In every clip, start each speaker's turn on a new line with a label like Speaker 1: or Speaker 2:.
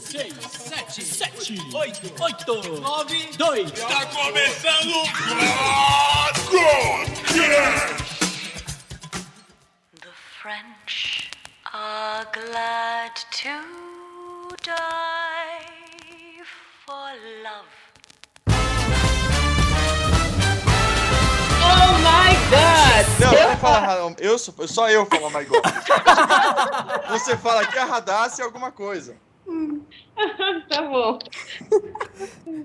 Speaker 1: seis, sete, sete, oito, oito, nove, dois.
Speaker 2: Está começando o Gladcast!
Speaker 3: The French are glad to die for love.
Speaker 4: Oh my god!
Speaker 5: Não, você fala, ah, eu sou, só eu falo oh my god. Você fala que é Radassi alguma coisa.
Speaker 4: Tá bom.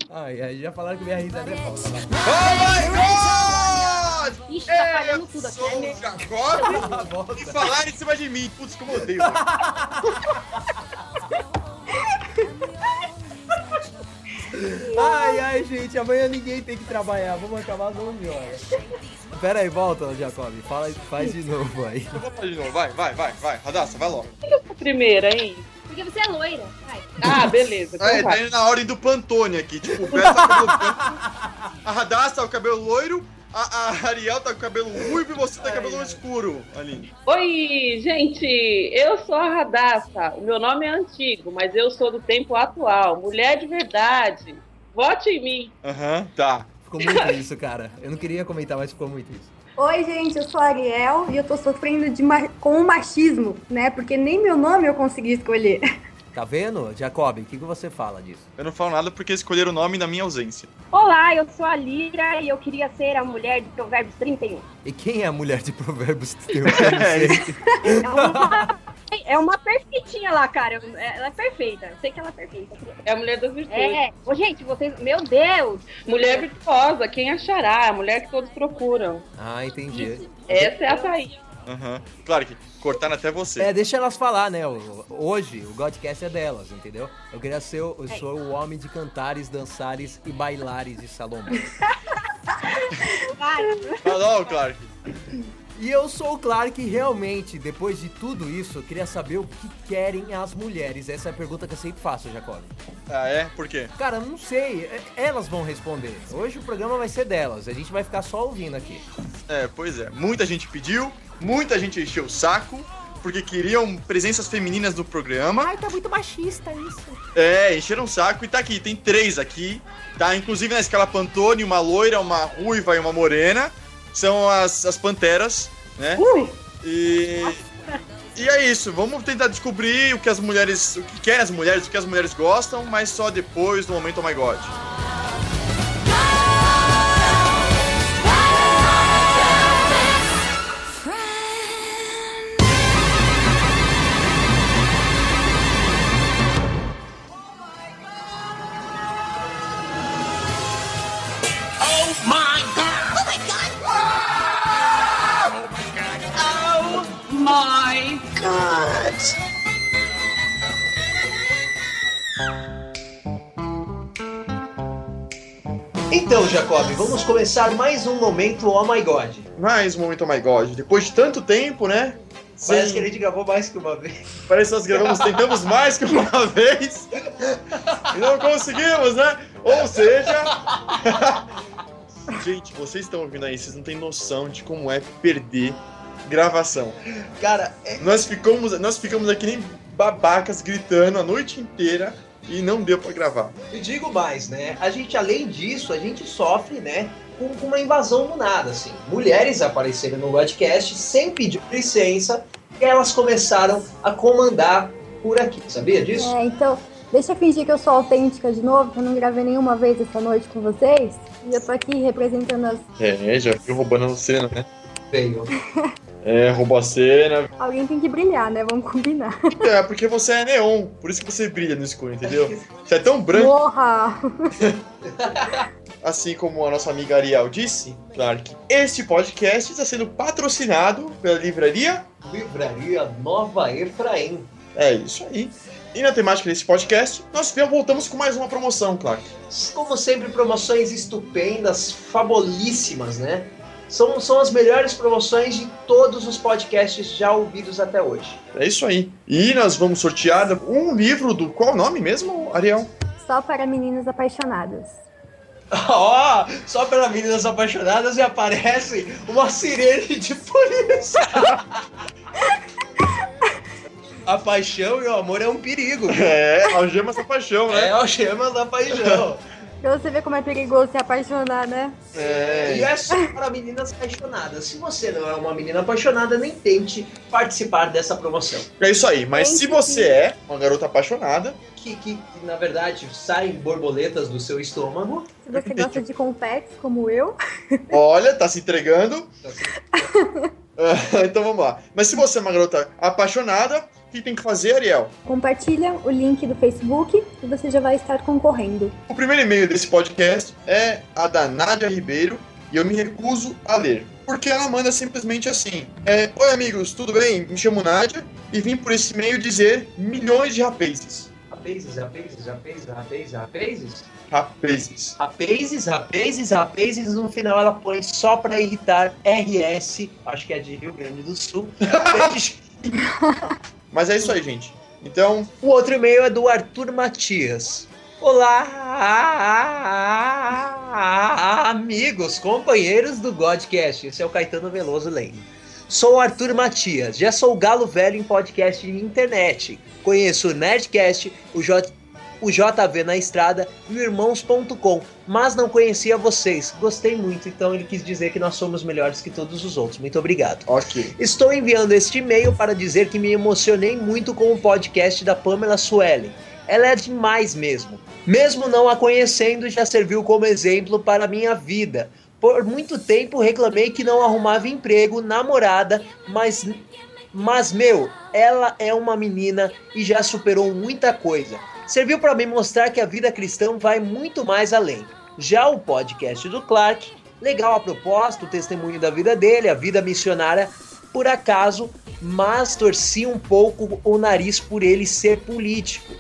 Speaker 6: Ai, ai, já falaram que minha
Speaker 7: tá
Speaker 6: risada é falsa.
Speaker 5: Oh my god! É,
Speaker 8: Ixi, tá falhando tudo
Speaker 5: Eu
Speaker 8: aqui.
Speaker 5: sou o Jacob e falar em cima de mim. Putz, como eu odeio.
Speaker 6: Ai, ai, gente, amanhã ninguém tem que trabalhar. Vamos acabar às 11 horas. Pera aí, volta, Jacob. Fala, faz de novo aí.
Speaker 5: Eu vou falar de novo, vai, vai, vai, vai. Radassa, vai logo.
Speaker 4: Primeira, hein?
Speaker 8: Porque você é loira. Vai.
Speaker 4: Ah, beleza. Então
Speaker 5: É, tá
Speaker 4: vai.
Speaker 5: indo na ordem do Pantone aqui. Tipo, o Beto tá com o cabelo branco, a Radassa tá com o cabelo loiro, a, a Ariel tá com o cabelo ruivo e você tá com o cabelo escuro, Aline.
Speaker 4: Oi, gente. Eu sou a Radassa. O meu nome é antigo, mas eu sou do tempo atual. Mulher de verdade. Vote em mim.
Speaker 5: Aham, tá.
Speaker 6: Ficou muito isso, cara. Eu não queria comentar, mas ficou muito isso.
Speaker 9: Oi, gente, eu sou a Ariel e eu tô sofrendo de ma- com o machismo, né? Porque nem meu nome eu consegui escolher.
Speaker 6: Tá vendo, Jacob? O que, que você fala disso?
Speaker 5: Eu não falo nada porque escolheram o nome na minha ausência.
Speaker 8: Olá, eu sou a Lira e eu queria ser a mulher de Provérbios 31.
Speaker 6: E quem é a mulher de provérbios teu?
Speaker 8: É uma, é uma perfeitinha lá, cara. Ela é perfeita. Eu sei que ela é perfeita.
Speaker 4: É a mulher das virtudes.
Speaker 8: É. Ô, gente, vocês. Meu Deus!
Speaker 4: Mulher virtuosa. Quem achará? É A mulher que todos procuram.
Speaker 6: Ah, entendi.
Speaker 4: Essa é a Thaís.
Speaker 5: Aham. Claro que cortaram até você.
Speaker 6: É, deixa elas falar, né? O- Hoje o Godcast é delas, entendeu? Eu queria ser o, eu sou o homem de cantares, dançares e bailares de Salomão.
Speaker 8: Vai.
Speaker 5: Vai logo, Clark.
Speaker 6: E eu sou o Clark e realmente, depois de tudo isso, eu queria saber o que querem as mulheres. Essa é a pergunta que eu sempre faço, Jacob.
Speaker 5: Ah, é? Por quê?
Speaker 6: Cara, eu não sei, é- elas vão responder. Hoje o programa vai ser delas, a gente vai ficar só ouvindo aqui.
Speaker 5: É, pois é. Muita gente pediu, muita gente encheu o saco, porque queriam presenças femininas no programa.
Speaker 6: Ai, tá muito machista isso.
Speaker 5: É, encheram o saco e tá aqui. Tem três aqui, tá? Inclusive na escala Pantone, uma loira, uma ruiva e uma morena. São as, as panteras, né?
Speaker 6: Uh!
Speaker 5: E. E é isso, vamos tentar descobrir o que as mulheres. o que querem as mulheres, o que as mulheres gostam, mas só depois do momento Oh My God.
Speaker 2: Oh my god!
Speaker 4: Mãe.
Speaker 6: Então, Jacob, vamos começar mais um momento Oh My God.
Speaker 5: Mais um momento Oh My God. Depois de tanto tempo, né? Sem-
Speaker 6: gente gravou mais que uma vez.
Speaker 5: Parece que nós gravamos, tentamos mais que uma vez e não conseguimos, né? Ou seja. Gente, vocês estão ouvindo aí, vocês não têm noção de como é perder gravação.
Speaker 6: Cara,
Speaker 5: Nós ficamos, nós ficamos aqui nem babacas gritando a noite inteira e não deu pra gravar.
Speaker 6: E digo mais, né? A gente, além disso, a gente sofre, né? Com com uma invasão do nada, assim. Mulheres apareceram no podcast sem pedir licença e elas começaram a comandar por aqui. Sabia disso?
Speaker 9: É, então, deixa eu fingir que eu sou autêntica de novo, que eu não gravei nenhuma vez essa noite com vocês. E eu tô aqui representando as...
Speaker 5: É, já viu roubando a cena, né?
Speaker 6: Veio.
Speaker 5: É, roubou a cena.
Speaker 9: Alguém tem que brilhar, né? Vamos combinar.
Speaker 5: É, porque você é neon, por isso que você brilha no escuro, entendeu? Você é tão branco.
Speaker 9: Porra!
Speaker 5: Assim como a nossa amiga Ariel disse, Clark, este podcast está sendo patrocinado pela livraria.
Speaker 6: Livraria Nova Efraim.
Speaker 5: É isso aí. E na temática desse podcast, nós voltamos com mais uma promoção, Clark.
Speaker 6: Como sempre, promoções estupendas, fabolíssimas, né? São, são as melhores promoções de todos os podcasts já ouvidos até hoje.
Speaker 5: É isso aí. E nós vamos sortear um livro do. Qual o nome mesmo, Ariel?
Speaker 9: Só para meninas apaixonadas.
Speaker 6: Ó, só pelas meninas apaixonadas e aparece uma sirene de polícia. a paixão e o amor é um perigo. viu?
Speaker 5: É, algema essa paixão,
Speaker 6: É
Speaker 5: né?
Speaker 6: o chama da paixão.
Speaker 9: Pra você ver como é perigoso se apaixonar, né?
Speaker 6: E é só para meninas apaixonadas. Se você não é uma menina apaixonada, nem tente participar dessa promoção.
Speaker 5: É isso aí, mas se você é uma garota apaixonada,
Speaker 6: Que, que, que, na verdade saem borboletas do seu estômago.
Speaker 9: Se você gosta de complex, como eu,
Speaker 5: olha, tá se entregando. Ah, então vamos lá. Mas se você é uma garota apaixonada, o que tem que fazer, Ariel?
Speaker 9: compartilha o link do Facebook e você já vai estar concorrendo.
Speaker 5: O primeiro e-mail desse podcast é a da Nádia Ribeiro e eu me recuso a ler. Porque ela manda simplesmente assim: é, Oi amigos, tudo bem? Me chamo Nádia e vim por esse e-mail dizer milhões de rapazes.
Speaker 6: Rapazes, rapazes, rapazes, rapazes, rapazes.
Speaker 5: Rapazes.
Speaker 6: Rapazes, rapazes, rapazes. No final ela põe só pra irritar RS, acho que é de Rio Grande do Sul.
Speaker 5: Mas é isso aí, gente. Então,
Speaker 6: o outro e-mail é do Arthur Matias. Olá, amigos, companheiros do Godcast. Esse é o Caetano Veloso lendo. Sou o Arthur Matias, já sou galo velho em podcast de internet. Conheço o Nerdcast, o, J... o JV na Estrada e o Irmãos.com, mas não conhecia vocês. Gostei muito, então ele quis dizer que nós somos melhores que todos os outros. Muito obrigado.
Speaker 5: ok.
Speaker 6: Estou enviando este e-mail para dizer que me emocionei muito com o podcast da Pamela Suellen. Ela é demais mesmo. Mesmo não a conhecendo, já serviu como exemplo para a minha vida. Por muito tempo reclamei que não arrumava emprego, namorada, mas mas meu, ela é uma menina e já superou muita coisa. Serviu para me mostrar que a vida cristã vai muito mais além. Já o podcast do Clark, legal a proposta, o testemunho da vida dele, a vida missionária, por acaso, mas torci um pouco o nariz por ele ser político.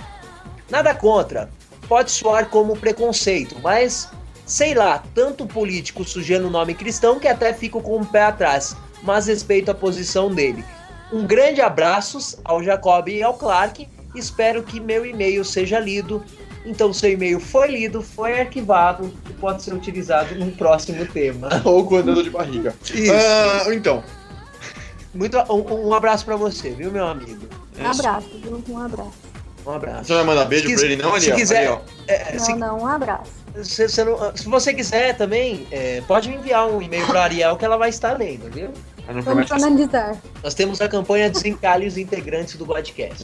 Speaker 6: Nada contra, pode soar como preconceito, mas sei lá, tanto político sujando o nome cristão que até fico com o pé atrás, mas respeito a posição dele. Um grande abraço ao Jacob e ao Clark. Espero que meu e-mail seja lido. Então, seu e-mail foi lido, foi arquivado e pode ser utilizado no próximo tema.
Speaker 5: Ou com andando de barriga.
Speaker 6: Isso.
Speaker 5: Ah, então,
Speaker 6: Muito, um, um abraço pra você, viu, meu amigo?
Speaker 9: Um abraço, viu? Um abraço.
Speaker 6: Um abraço.
Speaker 5: você não vai mandar beijo
Speaker 6: Se-
Speaker 5: pra ele, não,
Speaker 6: se
Speaker 5: Ariel?
Speaker 6: quiser-
Speaker 5: Ariel?
Speaker 6: É, se,
Speaker 9: Não, não, um abraço.
Speaker 6: se- se não- se você quiser também, é, pode me enviar um e-mail pra Ariel que ela vai estar lendo, viu?
Speaker 5: Ah, não
Speaker 9: Vamos
Speaker 5: promete.
Speaker 9: analisar.
Speaker 6: Nós temos a campanha Desencalhe os integrantes do podcast.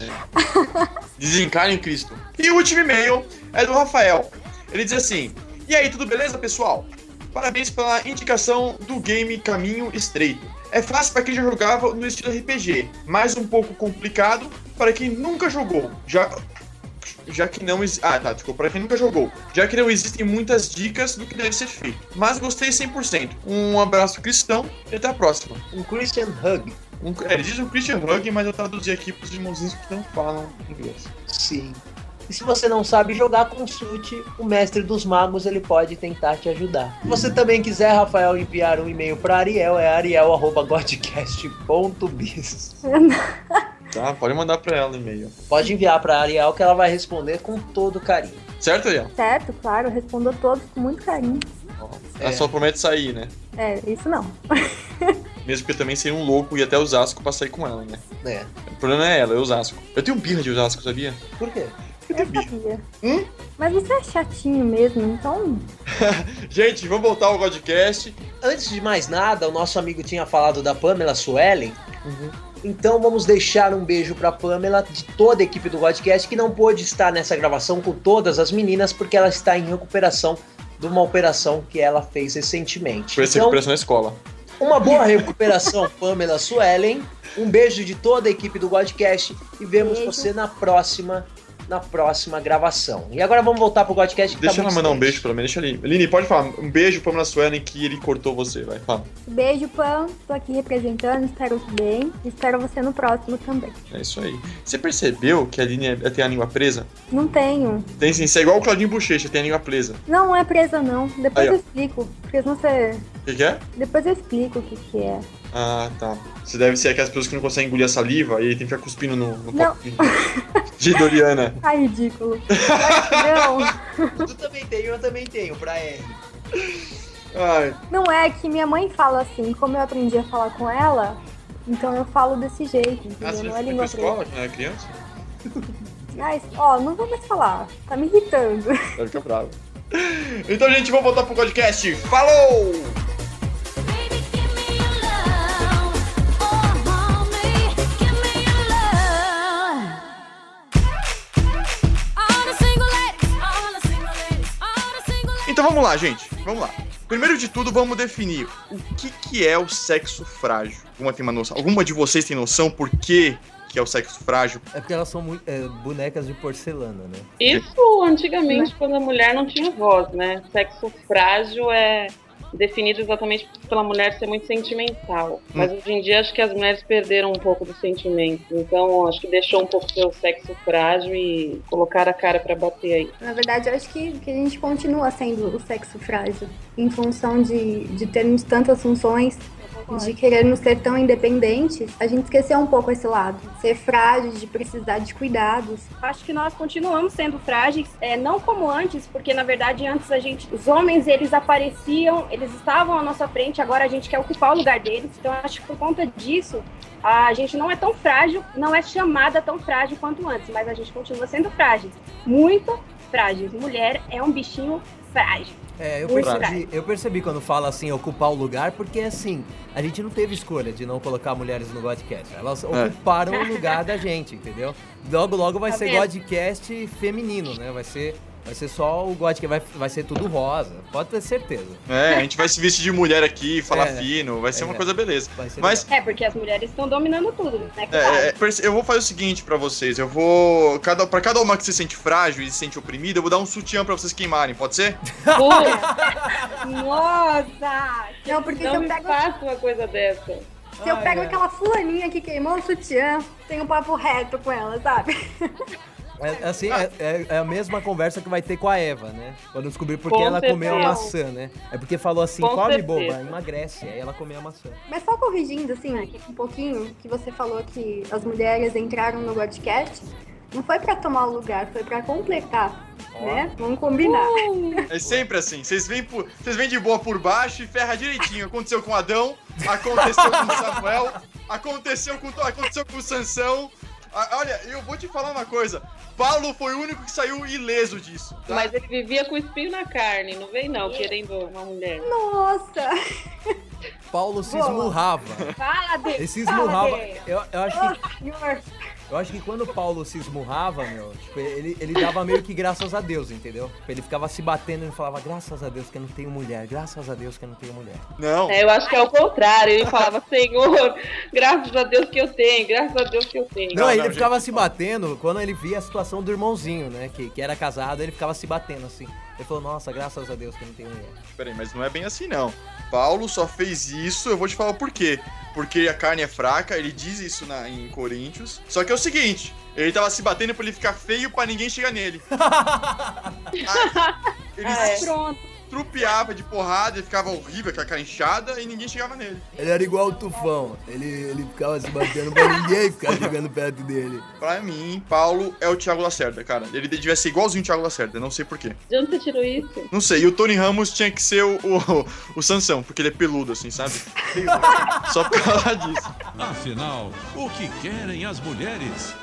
Speaker 5: Desencarne em Cristo. E o último e-mail é do Rafael. Ele diz assim: E aí, tudo beleza, pessoal? Parabéns pela indicação do game Caminho Estreito. É fácil para quem já jogava no estilo RPG, mas um pouco complicado para quem nunca jogou. Já já que não exi- ah tá desculpa para quem nunca jogou já que não existem muitas dicas do que deve ser feito mas gostei 100% um abraço cristão e até a próxima
Speaker 6: Um Christian Hug.
Speaker 5: um, é, ele diz um Christian Hug mas eu traduzi aqui para os irmãozinhos que não falam inglês
Speaker 6: Sim. E se você não sabe jogar, consulte o mestre dos magos, ele pode tentar te ajudar. Se você também quiser, Rafael, enviar um e-mail para Ariel, é ariel.godcast.biz.
Speaker 5: Tá, pode mandar pra ela o e-mail.
Speaker 6: Pode enviar para Ariel que ela vai responder com todo carinho.
Speaker 5: Certo, Ariel?
Speaker 9: Certo, claro, respondo a todos com muito carinho.
Speaker 5: Ela só promete sair, né?
Speaker 9: É, isso não.
Speaker 5: Mesmo que eu também seria um louco e até Osasco pra sair com ela, né?
Speaker 6: É.
Speaker 5: O problema é ela, é Osasco. Eu tenho birra de Osasco, sabia?
Speaker 6: Por quê?
Speaker 5: Eu
Speaker 9: Eu
Speaker 5: tenho birra.
Speaker 9: sabia.
Speaker 5: Hum?
Speaker 9: Mas você é chatinho mesmo, então
Speaker 5: Gente, vamos voltar ao podcast.
Speaker 6: Antes de mais nada, o nosso amigo tinha falado da Pamela Suellen. Então vamos deixar um beijo para Pamela de toda a equipe do podcast que não pôde estar nessa gravação com todas as meninas porque ela está em recuperação de uma operação que ela fez recentemente.
Speaker 5: Foi essa
Speaker 6: Então,
Speaker 5: recuperação na escola.
Speaker 6: uma boa recuperação, Pamela Suellen. Um beijo de toda a equipe do podcast e vemos
Speaker 9: Beijo.
Speaker 6: você na próxima na próxima gravação. E agora vamos voltar pro podcast que
Speaker 5: Deixa
Speaker 6: tá
Speaker 5: ela
Speaker 6: muito
Speaker 5: mandar um
Speaker 6: distante.
Speaker 5: beijo pra mim, deixa ali. Aline, pode falar. Um beijo pra Ana Suelen que ele cortou você, vai. Fala.
Speaker 9: beijo, Pan. Tô aqui representando, espero que bem. Espero você no próximo também.
Speaker 5: É isso aí. Você percebeu que a Aline é- tem a língua presa?
Speaker 9: Não tenho.
Speaker 5: Tem sim, você é igual o Claudinho Bochecha, tem a língua presa.
Speaker 9: Não, não é presa, não. Depois
Speaker 5: Aí, ó.
Speaker 9: eu explico. Porque senão você.
Speaker 5: O que, que é?
Speaker 9: Depois eu explico o que, que é.
Speaker 5: Ah, tá. Você deve ser aquelas pessoas que não conseguem engolir a saliva e aí tem que ficar cuspindo no, no
Speaker 9: Não.
Speaker 5: copo de, de Doriana.
Speaker 9: Ai, ridículo. não,
Speaker 6: Tu também tem, eu também tenho, pra ele.
Speaker 5: Ai,
Speaker 9: não é que minha mãe fala assim. Como eu aprendi a falar com ela, Então eu falo desse jeito, entendeu?
Speaker 5: Ah, você
Speaker 9: não
Speaker 5: já foi
Speaker 9: é
Speaker 5: pra
Speaker 9: língua presa.
Speaker 5: escola quando era criança?
Speaker 9: Ah, isso- ó, não vou mais falar. Tá me irritando.
Speaker 5: Vai ficar bravo. Então, gente, vamos voltar pro podcast. Falou!
Speaker 10: Baby, give me your love, oh mommy, give me your love. All the single ladies, all the single ladies, all the single ladies.
Speaker 5: Então vamos lá, gente. Vamos lá. Primeiro de tudo, vamos definir o que, que é o sexo frágil. Alguma, tem uma noção? Alguma de vocês tem noção por que, que é o sexo frágil?
Speaker 6: É porque elas são muito, é, bonecas de porcelana, né?
Speaker 4: Isso antigamente, quando a mulher não tinha voz, né? Sexo frágil é definido exatamente pela mulher ser muito sentimental. Mas hoje em dia acho que as mulheres perderam um pouco do sentimento. Então acho que deixou um pouco seu sexo frágil e colocaram a cara pra bater aí.
Speaker 9: Na verdade, eu acho que, que a gente continua sendo o sexo frágil, em função de, de termos tantas funções, de querermos ser tão independentes, a gente esqueceu um pouco esse lado. Ser frágil, de precisar de cuidados.
Speaker 8: Acho que nós continuamos sendo frágeis, é, não como antes, porque na verdade antes a gente, os homens eles apareciam, eles estavam à nossa frente, agora a gente quer ocupar o lugar deles. Então acho que por conta disso a gente não é tão frágil, não é chamada tão frágil quanto antes, mas a gente continua sendo frágil, muito frágil. Mulher é um bichinho frágil.
Speaker 6: É, eu
Speaker 8: Muito
Speaker 6: percebi, eu percebi quando fala assim, ocupar o lugar, porque assim, a gente não teve escolha de não colocar mulheres no Godcast. Elas ocuparam o lugar da gente, entendeu? Logo, logo vai
Speaker 8: Tá
Speaker 6: ser
Speaker 8: vendo?
Speaker 6: Godcast feminino, né? Vai ser, vai ser só o Godcast, vai, vai ser tudo rosa. Pode ter certeza.
Speaker 5: É, a gente vai se vestir de mulher aqui, falar
Speaker 6: É.
Speaker 5: fino, vai ser
Speaker 6: É.
Speaker 5: uma coisa beleza.
Speaker 6: Vai ser
Speaker 5: Mas-
Speaker 8: É porque as mulheres estão dominando tudo, né? Claro.
Speaker 5: É, é, perce- eu vou fazer o seguinte pra vocês, eu vou... Cada, pra cada uma que se sente frágil e se sente oprimida, eu vou dar um sutiã pra vocês queimarem, pode ser?
Speaker 4: Putz,
Speaker 8: Nossa!
Speaker 9: Não, porque se
Speaker 4: não
Speaker 9: eu
Speaker 4: me
Speaker 9: pego,
Speaker 4: faça uma coisa dessa.
Speaker 9: se eu
Speaker 6: Ai,
Speaker 9: pego
Speaker 6: ai.
Speaker 9: aquela fulaninha que queimou o sutiã, tenho um papo reto com ela, sabe?
Speaker 6: É, assim, é, é- é a mesma conversa que vai ter com a Eva, né? Quando descobrir porque
Speaker 4: Com
Speaker 6: ela comeu a
Speaker 4: certeza.
Speaker 6: maçã, né? É porque falou assim,
Speaker 4: Com
Speaker 6: come
Speaker 4: certeza.
Speaker 6: boba, emagrece. Aí ela comeu a maçã.
Speaker 9: Mas só corrigindo, assim, um pouquinho, que você falou que as mulheres entraram no podcast, não foi pra tomar o lugar, foi pra completar, né? Vamos combinar.
Speaker 5: É sempre assim, vocês vêm, por- vocês vêm de boa por baixo e ferra direitinho. Aconteceu com Adão, aconteceu com Samuel, aconteceu com, aconteceu com Sansão. Ah, olha, eu vou te falar uma coisa, Paulo foi o único que saiu ileso disso. tá?
Speaker 4: Mas ele vivia com espinho na carne, não vem não, querendo uma mulher.
Speaker 9: Nossa!
Speaker 6: Paulo se
Speaker 9: Boa.
Speaker 6: esmurrava.
Speaker 8: Fala, Dê!
Speaker 6: Ele se
Speaker 8: Fala,
Speaker 6: esmurrava.
Speaker 8: Dê.
Speaker 6: Eu, eu acho que
Speaker 9: Senhor.
Speaker 6: Eu acho que quando o Paulo se esmurrava, meu, tipo, ele, ele dava meio que graças a Deus, entendeu? Tipo, Ele ficava se batendo e falava, graças a Deus que eu não tenho mulher, graças a Deus que eu não tenho mulher.
Speaker 5: Não,
Speaker 4: É, eu acho que é o contrário. Ele falava, Senhor, graças a Deus que eu tenho, graças a Deus que eu tenho.
Speaker 6: Não,
Speaker 5: Não,
Speaker 6: aí
Speaker 5: não, gente,
Speaker 6: ele ficava se
Speaker 5: não.
Speaker 6: batendo quando ele via a situação do irmãozinho, né? Que, que era casado, ele ficava se batendo assim. Ele falou, nossa, graças a Deus que eu não tenho mulher.
Speaker 5: peraí, mas não é bem assim não. Paulo só fez isso, eu vou te falar por quê. Porque a carne é fraca, ele diz isso na- em Coríntios. Só que é o seguinte, ele tava se batendo pra ele ficar feio pra ninguém chegar nele. Ah, ele
Speaker 4: Ah, é.
Speaker 5: se trupeava de porrada, ele ficava horrível com a cara inchada e ninguém chegava nele.
Speaker 6: Ele era igual o Tufão, ele, ele ficava se batendo pra ninguém ficar chegando perto dele.
Speaker 5: Pra mim, Paulo é o Thiago Lacerda, cara. Ele devia ser igualzinho o Thiago Lacerda, não sei porquê.
Speaker 4: De onde você tirou isso?
Speaker 5: Não sei, e o Tony Ramos tinha que ser o, o, o Sansão, porque ele é peludo, assim, sabe? Só por causa disso.
Speaker 7: Afinal, o que querem as mulheres?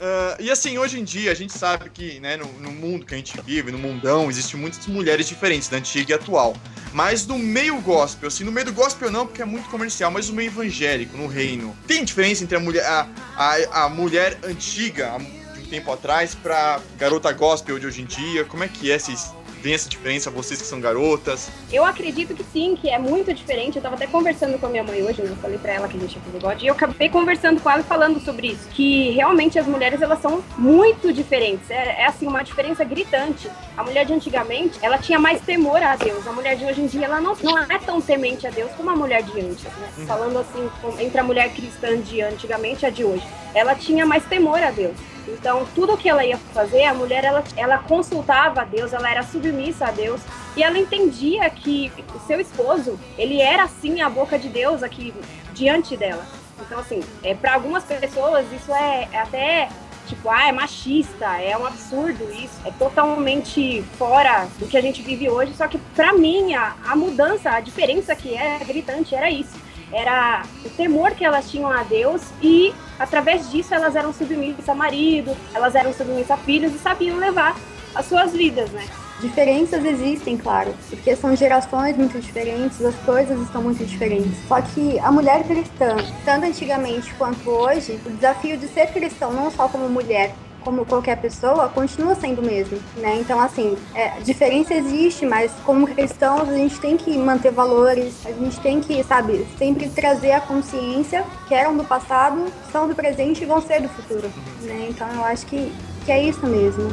Speaker 5: Ah, e assim, hoje em dia, a gente sabe que, né, no, no mundo que a gente vive, no mundão, existem muitas mulheres diferentes, da antiga e atual. Mas no meio gospel, assim, no meio do gospel não, porque é muito comercial, mas no meio evangélico, no reino. Tem diferença entre a mulher, a, a, a mulher antiga, a- de um tempo atrás, pra garota gospel de hoje em dia? Como é que é? Vocês veem essa diferença, vocês que são garotas?
Speaker 8: Eu acredito que sim, que é muito diferente. Eu tava até conversando com a minha mãe hoje, né? eu falei pra ela que a gente ia fazer bigode, e eu acabei conversando com ela e falando sobre isso, que realmente as mulheres elas são muito diferentes. É, é, assim uma diferença gritante. A mulher de antigamente, ela tinha mais temor a Deus. A mulher de hoje em dia, ela não, não é tão temente a Deus como a mulher de antes, né? Falando assim, com- entre a mulher cristã de antigamente e a de hoje, ela tinha mais temor a Deus. Então, tudo que ela ia fazer, a mulher ela, ela consultava a Deus, ela era submissa a Deus. E ela entendia que o seu esposo, ele era assim a boca de Deus aqui diante dela. Então, assim, é, para algumas pessoas isso é, é até tipo, ah, é machista, é um absurdo isso, é totalmente fora do que a gente vive hoje. Só que para mim a, a mudança, a diferença que é gritante era isso. era o temor que elas tinham a Deus e através disso elas eram submissas a marido, elas eram submissas a filhos e sabiam levar as suas vidas, né?
Speaker 9: Diferenças existem, claro, porque são gerações muito diferentes, as coisas estão muito diferentes. Só que a mulher cristã, tanto antigamente quanto hoje, o desafio de ser cristão, não só como mulher, como qualquer pessoa, continua sendo o mesmo, né? Então, assim, é, diferença existe, mas como cristãos a gente tem que manter valores, a gente tem que, sabe, sempre trazer a consciência que eram do passado, são do presente e vão ser do futuro, né? Então, eu acho que, que é isso mesmo.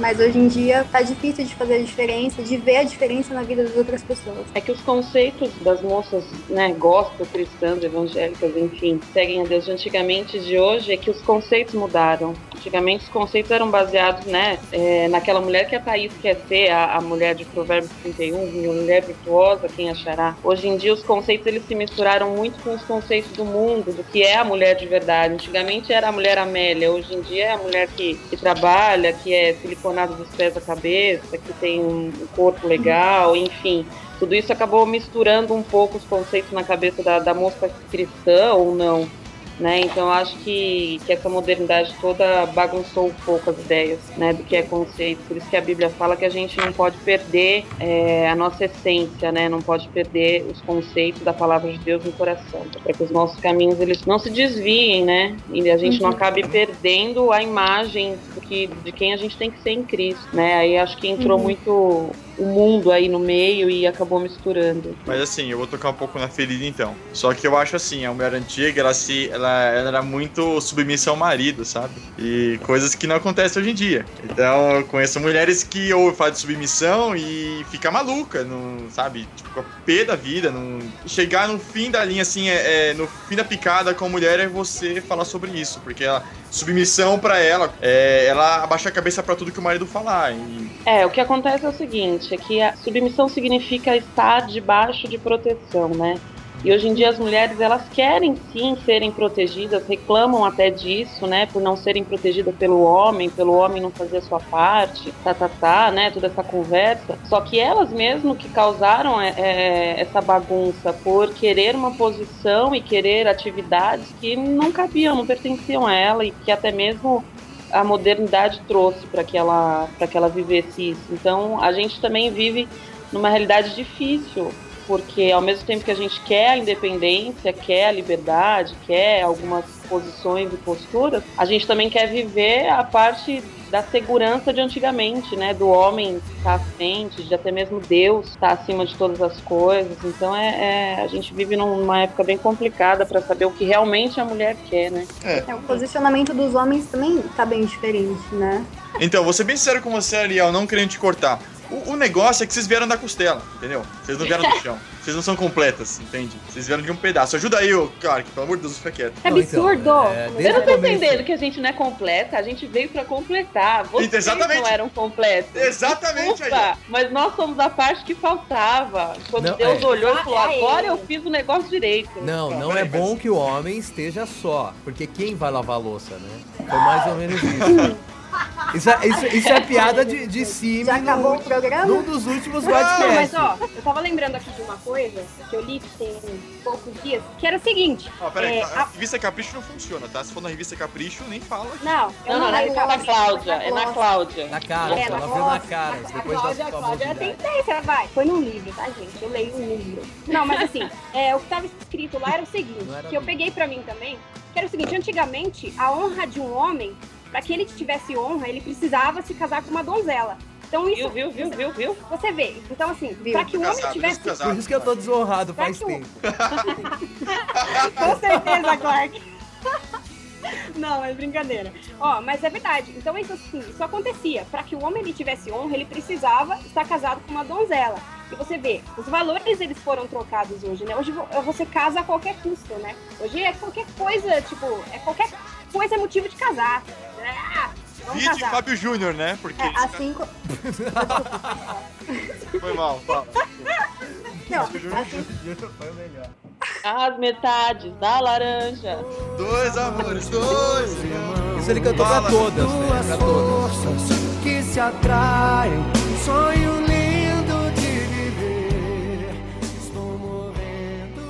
Speaker 9: Mas hoje em dia tá difícil de fazer a diferença, de ver a diferença na vida das outras pessoas.
Speaker 4: É que os conceitos das moças, né, gospel, cristãs, evangélicas, enfim, seguem a Deus de antigamente e de hoje, é que os conceitos mudaram. Antigamente os conceitos eram baseados, né, é, naquela mulher que a Thaís quer ser, a, a mulher de Provérbios 31, mulher virtuosa, quem achará. Hoje em dia os conceitos eles se misturaram muito com os conceitos do mundo, do que é a mulher de verdade. Antigamente era a mulher Amélia, hoje em dia é a mulher que, que trabalha, que é siliconada dos pés à cabeça, que tem um corpo legal, enfim. Tudo isso acabou misturando um pouco os conceitos na cabeça da, da moça cristã ou não. Né? Então eu acho que, que essa modernidade toda bagunçou um pouco as ideias né, do que é conceito. Por isso que a Bíblia fala que a gente não pode perder é, a nossa essência, né? não pode perder os conceitos da palavra de Deus no coração, É para que os nossos caminhos eles não se desviem né? e a gente não acabe perdendo a imagem do que, de quem a gente tem que ser em Cristo. Né? Aí acho que entrou muito o mundo aí no meio e acabou misturando.
Speaker 5: Mas assim, eu vou tocar um pouco na ferida então. Só que eu acho assim, a mulher antiga, ela se. Ela, ela era muito submissa ao marido, sabe? E coisas que não acontecem hoje em dia. Então eu conheço mulheres que ou fazem submissão e fica maluca, não, sabe? Tipo, a pé da vida. Não... Chegar no fim da linha, assim, é, é, no fim da picada com a mulher é você falar sobre isso. Porque ela. Submissão pra ela, é ela abaixar a cabeça pra tudo que o marido falar. E
Speaker 4: É, o que acontece é o seguinte, é que a submissão significa estar debaixo de proteção, né? E hoje em dia as mulheres, elas querem sim serem protegidas, reclamam até disso, né? Por não serem protegidas pelo homem, pelo homem não fazer a sua parte, tá, tá, tá, né? Toda essa conversa. Só que elas mesmo que causaram é, é, essa bagunça por querer uma posição e querer atividades que não cabiam, não pertenciam a ela e que até mesmo a modernidade trouxe para que ela para que ela vivesse isso. Então a gente também vive numa realidade difícil, porque ao mesmo tempo que a gente quer a independência, quer a liberdade, quer algumas posições e posturas, a gente também quer viver a parte da segurança de antigamente, né? Do homem estar à frente, de até mesmo Deus estar acima de todas as coisas. Então é, é- a gente vive numa época bem complicada para saber o que realmente a mulher quer, né?
Speaker 9: É, o posicionamento dos homens também tá bem diferente, né?
Speaker 5: Então, vou ser bem sincero com você, Ariel, não querendo te cortar. O, o negócio é que vocês vieram da costela, entendeu? Vocês não vieram do chão. Vocês não são completas, entende? Vocês vieram de um pedaço. Ajuda aí, ô, Clark, pelo amor de Deus, fica quieto.
Speaker 8: É
Speaker 7: Não, então,
Speaker 8: absurdo!
Speaker 7: é,
Speaker 4: Eu
Speaker 7: desde
Speaker 4: não
Speaker 7: o
Speaker 4: tô
Speaker 7: começo.
Speaker 4: entendendo que a gente não é completa, a gente veio pra completar. Vocês
Speaker 5: Então, exatamente.
Speaker 4: não eram completos.
Speaker 5: Exatamente aí.
Speaker 4: Desculpa, mas nós somos a parte que faltava. Quando
Speaker 7: Não,
Speaker 4: Deus
Speaker 7: é.
Speaker 4: olhou e falou,
Speaker 8: Ah, é
Speaker 4: agora
Speaker 8: eu.
Speaker 4: eu fiz o negócio direito.
Speaker 7: Não, não é bom que o homem esteja só, porque quem vai lavar a louça, né? Foi mais ou menos isso. Isso, é- isso, isso é piada de, de cima.
Speaker 9: Já acabou o
Speaker 7: no-
Speaker 9: programa?
Speaker 7: num dos últimos
Speaker 8: Não, mas
Speaker 7: podcasts.
Speaker 8: ó, eu tava lembrando aqui de uma coisa que eu li que tem poucos dias, que era o seguinte.
Speaker 5: Ó, peraí,
Speaker 8: é,
Speaker 5: a
Speaker 8: a-
Speaker 5: revista Capricho não funciona, tá? Se for na revista Capricho, nem fala. tá
Speaker 8: Não, eu
Speaker 4: Não,
Speaker 7: Ah,
Speaker 4: não,
Speaker 8: lembro
Speaker 4: é na
Speaker 8: qual-
Speaker 4: Cláudia, é na Cláudia.
Speaker 7: Na cara,
Speaker 8: É, na
Speaker 7: ela viu
Speaker 8: Cláudia,
Speaker 7: na cara.
Speaker 8: na
Speaker 7: Depois da
Speaker 8: Cláudia,
Speaker 7: sua
Speaker 8: a Cláudia ela tem
Speaker 7: famosidade.
Speaker 8: tendência, ela vai. Foi num livro, tá, gente? Eu leio um livro. Não, mas assim, é, o que tava escrito lá era o seguinte,
Speaker 7: Não era um
Speaker 8: que eu
Speaker 7: livro.
Speaker 8: peguei pra mim também, que era o seguinte, antigamente, a honra de um homem, pra que ele tivesse honra, ele precisava se casar com uma donzela. Então isso,
Speaker 4: Viu, viu, viu, viu, viu?
Speaker 8: você vê. Então assim,
Speaker 9: Viu?
Speaker 8: pra que o homem
Speaker 5: Casado, tá
Speaker 8: tivesse...
Speaker 5: casado.
Speaker 7: Por isso que eu tô desonrado
Speaker 8: Será
Speaker 7: faz
Speaker 8: que o-
Speaker 7: tempo.
Speaker 8: Com certeza, Clark. Não, é brincadeira. Ó, mas é verdade. Então isso assim, isso acontecia. Para que o homem ele tivesse honra, ele precisava estar casado com uma donzela. E você vê, os valores eles foram trocados hoje, né? Hoje vo- você casa a qualquer custo, né? Hoje é qualquer coisa, tipo, é qualquer coisa é motivo de casar. Ah, vamos
Speaker 5: Vídeo
Speaker 8: casar. É,
Speaker 5: Fábio Júnior, né? Porque
Speaker 9: Assim, co-
Speaker 5: foi mal. fala.
Speaker 9: não,
Speaker 7: Foi o melhor.
Speaker 4: As metades da laranja.
Speaker 5: Dois amores, dois.
Speaker 7: Isso ele cantou pra
Speaker 5: Fala.
Speaker 7: todas, né? Pra todas.
Speaker 1: que se atraem, sonho lindo de viver. Estou morrendo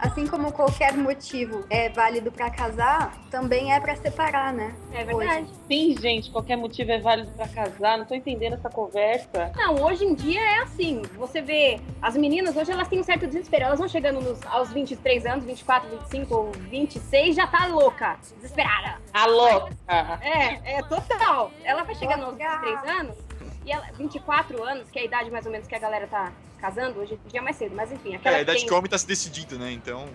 Speaker 9: assim como qualquer motivo é válido pra casar, também é pra separar, né?
Speaker 8: É verdade.
Speaker 4: Sim, gente, qualquer motivo é válido pra casar. Não tô entendendo essa conversa.
Speaker 8: Não, hoje em dia é assim. Você vê, as meninas hoje elas têm um certo desespero. Elas vão chegando nos, aos 23 anos, 24, 25, 26, já tá louca, desesperada.
Speaker 4: A louca.
Speaker 8: É, é total. Ela vai chegando aos
Speaker 9: Louca.
Speaker 8: 23 anos e ela, 24 anos, que é a idade mais ou menos que a galera tá casando, hoje em dia é mais cedo, mas enfim,
Speaker 5: É,
Speaker 8: aquela
Speaker 5: a idade
Speaker 8: que
Speaker 5: que o homem tá se decidindo, né? Então.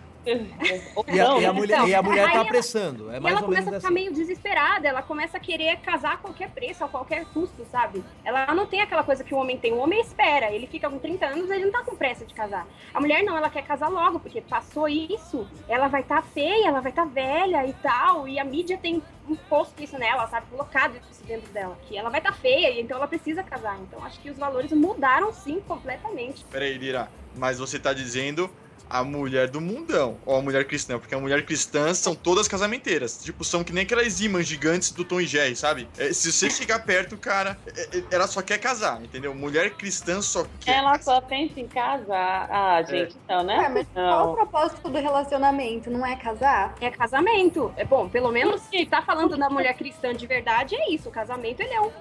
Speaker 4: Ou
Speaker 7: E a,
Speaker 4: não,
Speaker 7: e a mulher, e a mulher
Speaker 8: então, Aí
Speaker 7: tá
Speaker 8: ela-
Speaker 7: apressando. É
Speaker 8: E
Speaker 7: mais
Speaker 8: ela
Speaker 7: ou menos
Speaker 8: começa a
Speaker 7: assim.
Speaker 8: ficar meio desesperada, ela começa a querer casar a qualquer preço, a qualquer custo, sabe? Ela não tem aquela coisa que o homem tem. O homem espera, ele fica com 30 anos, ele não tá com pressa de casar. A mulher não, ela quer casar logo, porque passou isso, ela vai estar feia, ela vai estar velha e tal, e a mídia tem imposto isso nela, sabe? Colocado isso dentro dela, que ela vai estar feia, e então ela precisa casar. Então acho que os valores mudaram sim completamente.
Speaker 5: Peraí, Lira. Mas você tá dizendo a mulher do mundão. Ou a mulher cristã. Porque a mulher cristã são todas casamenteiras. Tipo, são que nem aquelas imãs gigantes do Tom e Jerry, sabe? É, se você chegar perto, cara, é, é, ela só quer casar, entendeu? Mulher cristã só quer.
Speaker 4: Então, Ela só pensa em casar.
Speaker 5: É.
Speaker 4: Ah, gente, não, né?
Speaker 9: Ué,
Speaker 7: É,
Speaker 9: mas qual o
Speaker 4: não.
Speaker 9: propósito do relacionamento? Não é casar?
Speaker 8: É casamento. É bom, pelo menos se tá falando da mulher cristã de verdade, é isso. O casamento ele é, um,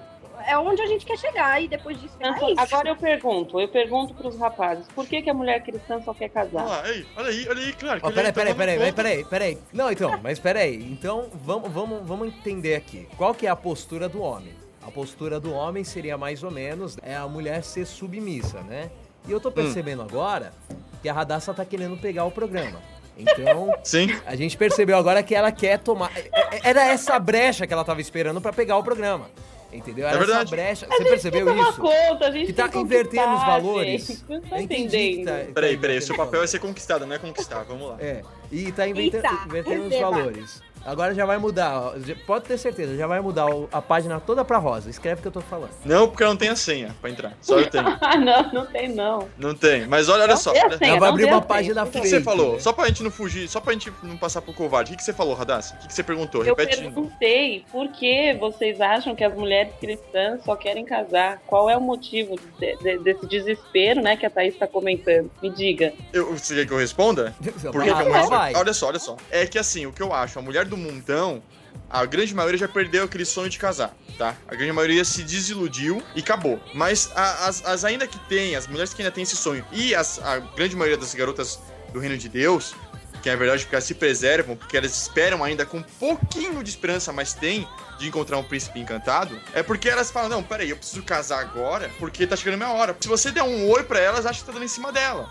Speaker 8: é onde a gente quer chegar. E depois disso é isso.
Speaker 4: Agora eu pergunto, eu pergunto pros rapazes, por que, que a mulher cristã só quer casar?
Speaker 5: Olha lá, aí, olha aí, olha aí, claro. que
Speaker 7: Ó,
Speaker 5: ele
Speaker 7: peraí,
Speaker 5: tá
Speaker 7: peraí, peraí,
Speaker 5: tomando
Speaker 7: peraí,
Speaker 5: conta.
Speaker 7: peraí, peraí. Não, então, mas peraí. Então, vamos, vamos, vamos entender aqui. Qual que é a postura do homem? A postura do homem seria mais ou menos é a mulher ser submissa, né? E
Speaker 5: Hum.
Speaker 7: eu tô percebendo agora que a Radassa tá querendo pegar o programa. Então,
Speaker 5: Sim.
Speaker 7: a gente percebeu agora que ela quer tomar. é- é- Era essa brecha que ela tava esperando pra pegar o programa. Entendeu? Era
Speaker 5: É verdade.
Speaker 7: essa brecha.
Speaker 4: A
Speaker 7: Você
Speaker 4: gente
Speaker 7: percebeu
Speaker 4: tem que tomar
Speaker 7: isso?
Speaker 4: Conta, a gente
Speaker 7: Que tá
Speaker 4: tem que
Speaker 7: invertendo os
Speaker 4: conquistar,
Speaker 7: valores.
Speaker 4: gente. Você não tá
Speaker 7: Eu entendi que
Speaker 4: entendendo.
Speaker 7: tá- tá
Speaker 5: Peraí, peraí,
Speaker 7: invertendo
Speaker 5: seu
Speaker 7: os
Speaker 5: papel é
Speaker 7: valores.
Speaker 5: ser conquistada, não é conquistar. Vamos lá.
Speaker 7: É, e tá inventando,
Speaker 8: Eita,
Speaker 7: inventando os
Speaker 8: receba.
Speaker 7: valores. Agora já vai mudar, ó, já- pode ter certeza, já vai mudar o- a página toda pra rosa. Escreve o que eu tô falando.
Speaker 5: Não, porque ela não tem a senha pra entrar. Só eu tenho.
Speaker 4: Ah, não, não tem não.
Speaker 5: Não tem. Mas olha, olha
Speaker 4: Não
Speaker 5: só.
Speaker 4: tem a
Speaker 5: olha-
Speaker 4: senha.
Speaker 7: Ela vai abrir
Speaker 4: não
Speaker 7: uma
Speaker 4: tem
Speaker 7: página
Speaker 5: O que,
Speaker 7: fake.
Speaker 5: que você falou?
Speaker 7: né?
Speaker 5: Só pra gente não fugir, só pra gente não passar pro covarde. O que, que você falou, Radassi? O que, que você perguntou?
Speaker 4: Eu
Speaker 5: Repete.
Speaker 4: perguntei por que vocês acham que as mulheres cristãs só querem casar. Qual é o motivo de- de- desse desespero, né, que a Thaís tá comentando? Me diga.
Speaker 5: Eu, você quer que eu responda? Por que que
Speaker 7: Ah,
Speaker 5: a mulher-
Speaker 7: vai.
Speaker 5: Olha só, olha só. É que assim, o que eu acho, a mulher do mundão, a grande maioria já perdeu aquele sonho de casar, tá? A grande maioria se desiludiu e acabou. Mas a- as, as ainda que tem, as mulheres que ainda têm esse sonho, e as- a grande maioria das garotas do reino de Deus, que é verdade porque elas se preservam, porque elas esperam ainda com um pouquinho de esperança, mas tem de encontrar um príncipe encantado, é porque elas falam, não, peraí, eu preciso casar agora, porque tá chegando a minha hora. Se você der um oi pra elas, acha que tá dando em cima dela.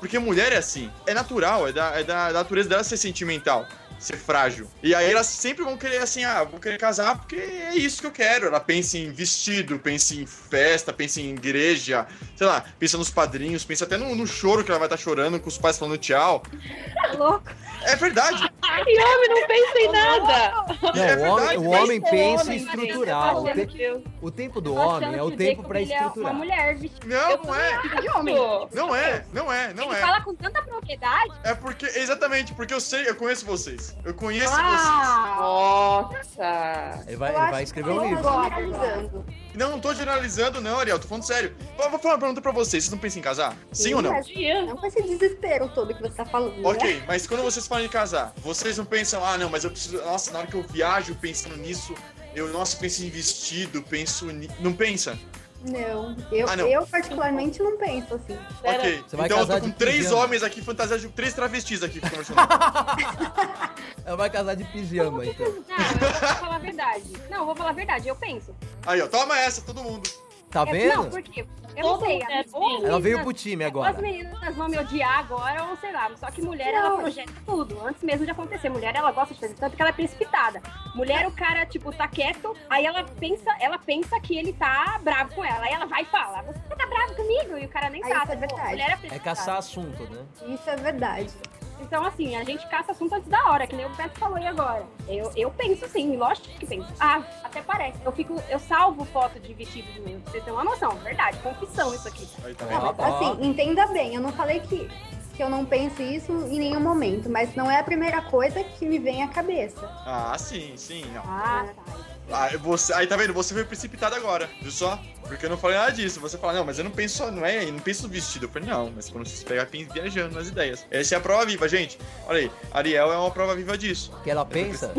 Speaker 5: Porque mulher é assim, é natural, é da, é da natureza dela ser sentimental, ser frágil. E aí elas sempre vão querer assim, ah, vou querer casar porque é isso que eu quero. Ela pensa em vestido, pensa em festa, pensa em igreja, sei lá, pensa nos padrinhos, pensa até no, no choro que ela vai estar chorando, com os pais falando tchau.
Speaker 8: Tá louco?
Speaker 5: É verdade.
Speaker 4: E homem, não pensa em nada!
Speaker 7: Não, o
Speaker 5: é
Speaker 7: homem,
Speaker 5: verdade,
Speaker 7: o
Speaker 5: mas-
Speaker 7: homem
Speaker 4: Pensa
Speaker 7: pensa
Speaker 4: homem,
Speaker 7: em
Speaker 4: gente.
Speaker 7: estruturar. O,
Speaker 8: Tá
Speaker 7: te-
Speaker 8: achando
Speaker 7: o tempo do
Speaker 8: Tô
Speaker 7: homem
Speaker 8: achando
Speaker 7: é
Speaker 8: que
Speaker 7: o tempo
Speaker 8: Jacob,
Speaker 7: pra
Speaker 8: ele é
Speaker 7: estruturar.
Speaker 8: Uma mulher vestida
Speaker 5: Não, não é.
Speaker 8: de homem.
Speaker 5: Não é, não é, não
Speaker 8: Ele
Speaker 5: é.
Speaker 8: fala com tanta propriedade.
Speaker 5: É porque, exatamente, porque eu sei, eu conheço vocês. Eu conheço
Speaker 8: Ah,
Speaker 4: Nossa!
Speaker 7: Ele vai,
Speaker 9: Eu
Speaker 7: ele
Speaker 9: acho
Speaker 7: vai
Speaker 9: que
Speaker 7: escrever
Speaker 9: eu
Speaker 7: um
Speaker 9: tô
Speaker 7: livro.
Speaker 9: generalizando.
Speaker 5: vocês. Não, não tô generalizando, não, Ariel, tô falando sério. Vou vou falar uma pergunta pra vocês: vocês não pensam em casar? Sim ou não?
Speaker 9: mas Não com esse desespero todo que você tá falando. né?
Speaker 5: Ok, mas quando vocês falam de casar, vocês não pensam, ah, não, mas eu preciso. Nossa, na hora que eu viajo pensando nisso, eu, nossa, penso em vestido, penso. Ni... Não pensa?
Speaker 9: Não. Eu,
Speaker 5: Ah, não.
Speaker 9: eu particularmente não penso assim.
Speaker 5: ok.
Speaker 7: Você vai
Speaker 5: Então eu
Speaker 7: casar
Speaker 5: tô com
Speaker 7: de
Speaker 5: três
Speaker 7: pijama.
Speaker 5: homens aqui fantasiados, de três travestis aqui conversando.
Speaker 7: Ela vai casar de pijama, então.
Speaker 8: não, eu vou falar a verdade. Não, eu vou falar a verdade, eu penso.
Speaker 5: Aí, ó, toma essa, todo mundo.
Speaker 7: Tá
Speaker 8: É- Não,
Speaker 7: vendo?
Speaker 8: por quê? Eu não
Speaker 4: Todo
Speaker 8: sei.
Speaker 4: mundo é
Speaker 8: ou
Speaker 4: assim.
Speaker 8: as
Speaker 7: Ela veio
Speaker 8: meninas-
Speaker 7: pro time
Speaker 8: ou
Speaker 7: agora.
Speaker 8: As meninas vão me odiar agora, ou sei lá. Só que mulher,
Speaker 9: Não.
Speaker 8: ela projeta tudo, antes mesmo de acontecer. Mulher, ela gosta de fazer tanto que ela é precipitada. Mulher, o cara, tipo, tá quieto, aí ela pensa, ela pensa que ele tá bravo com ela. Aí ela vai e fala, você tá bravo comigo? E o cara nem
Speaker 9: Ah,
Speaker 8: tá.
Speaker 9: isso é
Speaker 8: sabe?
Speaker 9: verdade.
Speaker 8: Mulher é
Speaker 7: É
Speaker 8: precipitada.
Speaker 7: caçar assunto, né?
Speaker 9: Isso é verdade.
Speaker 8: Então, assim, a gente caça assunto antes da hora, que nem o Beto falou aí agora. Eu, eu penso sim, lógico que penso. Ah, até parece. Eu fico, eu salvo foto de vestido de mim, pra vocês terem uma noção. Verdade, confissão isso aqui.
Speaker 5: Aí, tá
Speaker 7: Ó,
Speaker 5: vendo?
Speaker 9: Não, mas,
Speaker 7: ó.
Speaker 9: assim, entenda bem, eu não falei que, que eu não penso isso em nenhum momento, mas não é a primeira coisa que me vem à cabeça.
Speaker 5: Ah, sim, sim. Não.
Speaker 8: Ah, tá.
Speaker 5: Aí, você, aí tá vendo? Você foi precipitado agora, viu só? Porque eu não falei nada disso. Você fala, não, mas eu não penso só, não é? Eu não penso no vestido. Eu falei, não, mas quando você se pega tem- viajando nas ideias. Essa é a prova viva, gente. Olha aí, Ariel é uma prova viva disso.
Speaker 7: Que ela pensa?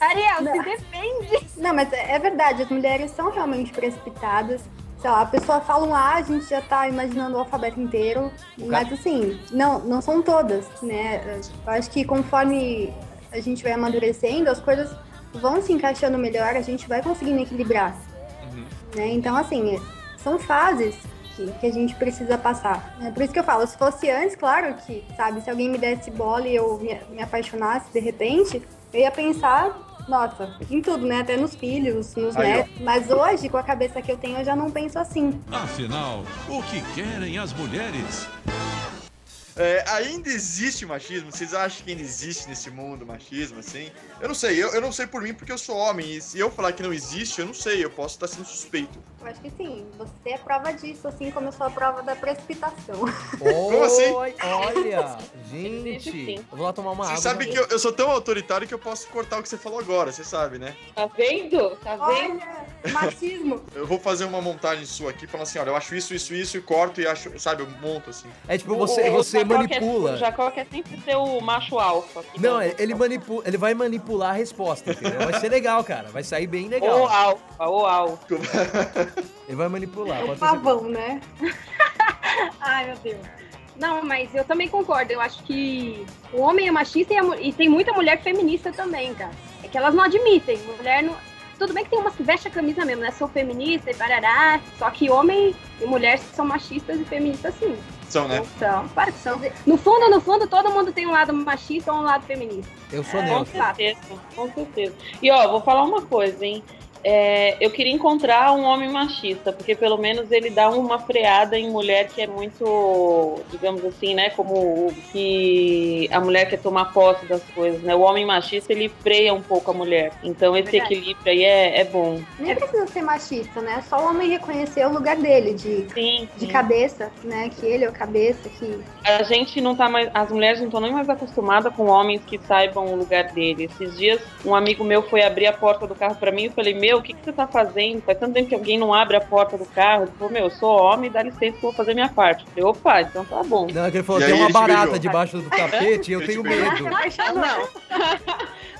Speaker 8: Ariel,
Speaker 9: tá. Não.
Speaker 8: se defende.
Speaker 9: Não, mas é é verdade, as mulheres são realmente precipitadas. Sei lá, a pessoa fala um A, a gente já tá imaginando o alfabeto inteiro. Mas assim, não, não são todas, né? Eu acho que conforme a gente vai amadurecendo, as coisas vão se encaixando melhor, a gente vai conseguindo equilibrar.
Speaker 5: Uhum.
Speaker 9: Né? Então, assim, são fases que, que a gente precisa passar. né? Por isso que eu falo, se fosse antes, claro que, sabe, se alguém me desse bola e eu me, me apaixonasse de repente, eu ia pensar, nossa, em tudo, né? Até nos filhos, nos
Speaker 5: Aí, ó.
Speaker 9: netos. Mas hoje, com a cabeça que eu tenho, eu já não penso assim.
Speaker 2: Afinal, o que querem as mulheres?
Speaker 5: É, ainda existe machismo? Vocês acham que ainda existe nesse mundo machismo, assim? Eu não sei, eu, eu não sei por mim porque eu sou homem. E se eu falar que não existe, eu não sei, eu posso estar sendo suspeito.
Speaker 9: Eu acho que sim, você é prova disso, assim como eu sou a prova da precipitação.
Speaker 7: Como
Speaker 5: assim?
Speaker 7: Olha,
Speaker 4: Sim.
Speaker 7: gente. Eu vou lá tomar uma água.
Speaker 5: Você sabe que eu, eu sou tão autoritário que eu posso cortar o que você falou agora, você sabe, né?
Speaker 4: Tá vendo? Tá vendo?
Speaker 9: Olha, machismo.
Speaker 5: Eu vou fazer uma montagem sua aqui, falando assim, olha, eu acho isso, isso, isso, e corto e acho, sabe, eu monto assim.
Speaker 7: É tipo, você, você
Speaker 4: Jacó Quer, o
Speaker 7: manipula.
Speaker 4: Jacó quer sempre ser o macho alfa.
Speaker 7: Não, é- ele manipula, ele vai manipular a resposta, entendeu? Vai ser legal, cara. Vai sair bem legal.
Speaker 4: Ou alfa, ou alfa.
Speaker 7: Ele vai
Speaker 6: Tá
Speaker 7: manipular. pode ter
Speaker 8: Tá
Speaker 7: certeza.
Speaker 9: Pavão, né?
Speaker 8: Ai, meu Deus. Não, mas eu também concordo. Eu acho que o homem é machista e, a mu- e tem muita mulher feminista também, cara. É que elas não admitem. Mulher não. Tudo bem que tem umas que vestem a camisa mesmo, né? Sou feminista e parará. Só que homem e mulher são machistas e feministas sim.
Speaker 5: São, né?
Speaker 8: Então, claro que são. No fundo, no fundo, todo mundo tem um lado machista ou um lado feminista.
Speaker 7: Eu sou
Speaker 8: É.
Speaker 4: Com
Speaker 7: neutro.
Speaker 4: certeza, com certeza. E ó, vou falar uma coisa, hein? É, eu queria encontrar um homem machista, porque pelo menos ele dá uma freada em mulher que é muito, digamos assim, né? Como o que a mulher quer tomar posse das coisas, né? O homem machista ele freia um pouco a mulher. Então esse
Speaker 8: Verdade.
Speaker 4: equilíbrio aí é, é bom.
Speaker 9: Nem precisa ser machista, né? Só o homem reconhecer o lugar dele de,
Speaker 4: Sim.
Speaker 9: de cabeça, né? Que ele é o cabeça, que
Speaker 4: A gente não tá mais. As mulheres não estão nem mais acostumadas com homens que saibam o lugar dele. Esses dias, um amigo meu foi abrir a porta do carro pra mim e eu falei: Meu, o que, que você tá fazendo? Faz tanto tempo que alguém não abre a porta do carro. Ele falou: Meu, eu sou homem, dá licença que eu vou fazer minha parte. Eu falei: Opa, então tá bom.
Speaker 7: Não, é que ele falou,
Speaker 5: E
Speaker 7: tem
Speaker 5: aí
Speaker 7: uma
Speaker 5: ele te
Speaker 7: barata
Speaker 5: beijou.
Speaker 7: debaixo do tapete e eu
Speaker 5: Ele te
Speaker 7: tenho
Speaker 5: beijou.
Speaker 7: medo.
Speaker 4: Ah,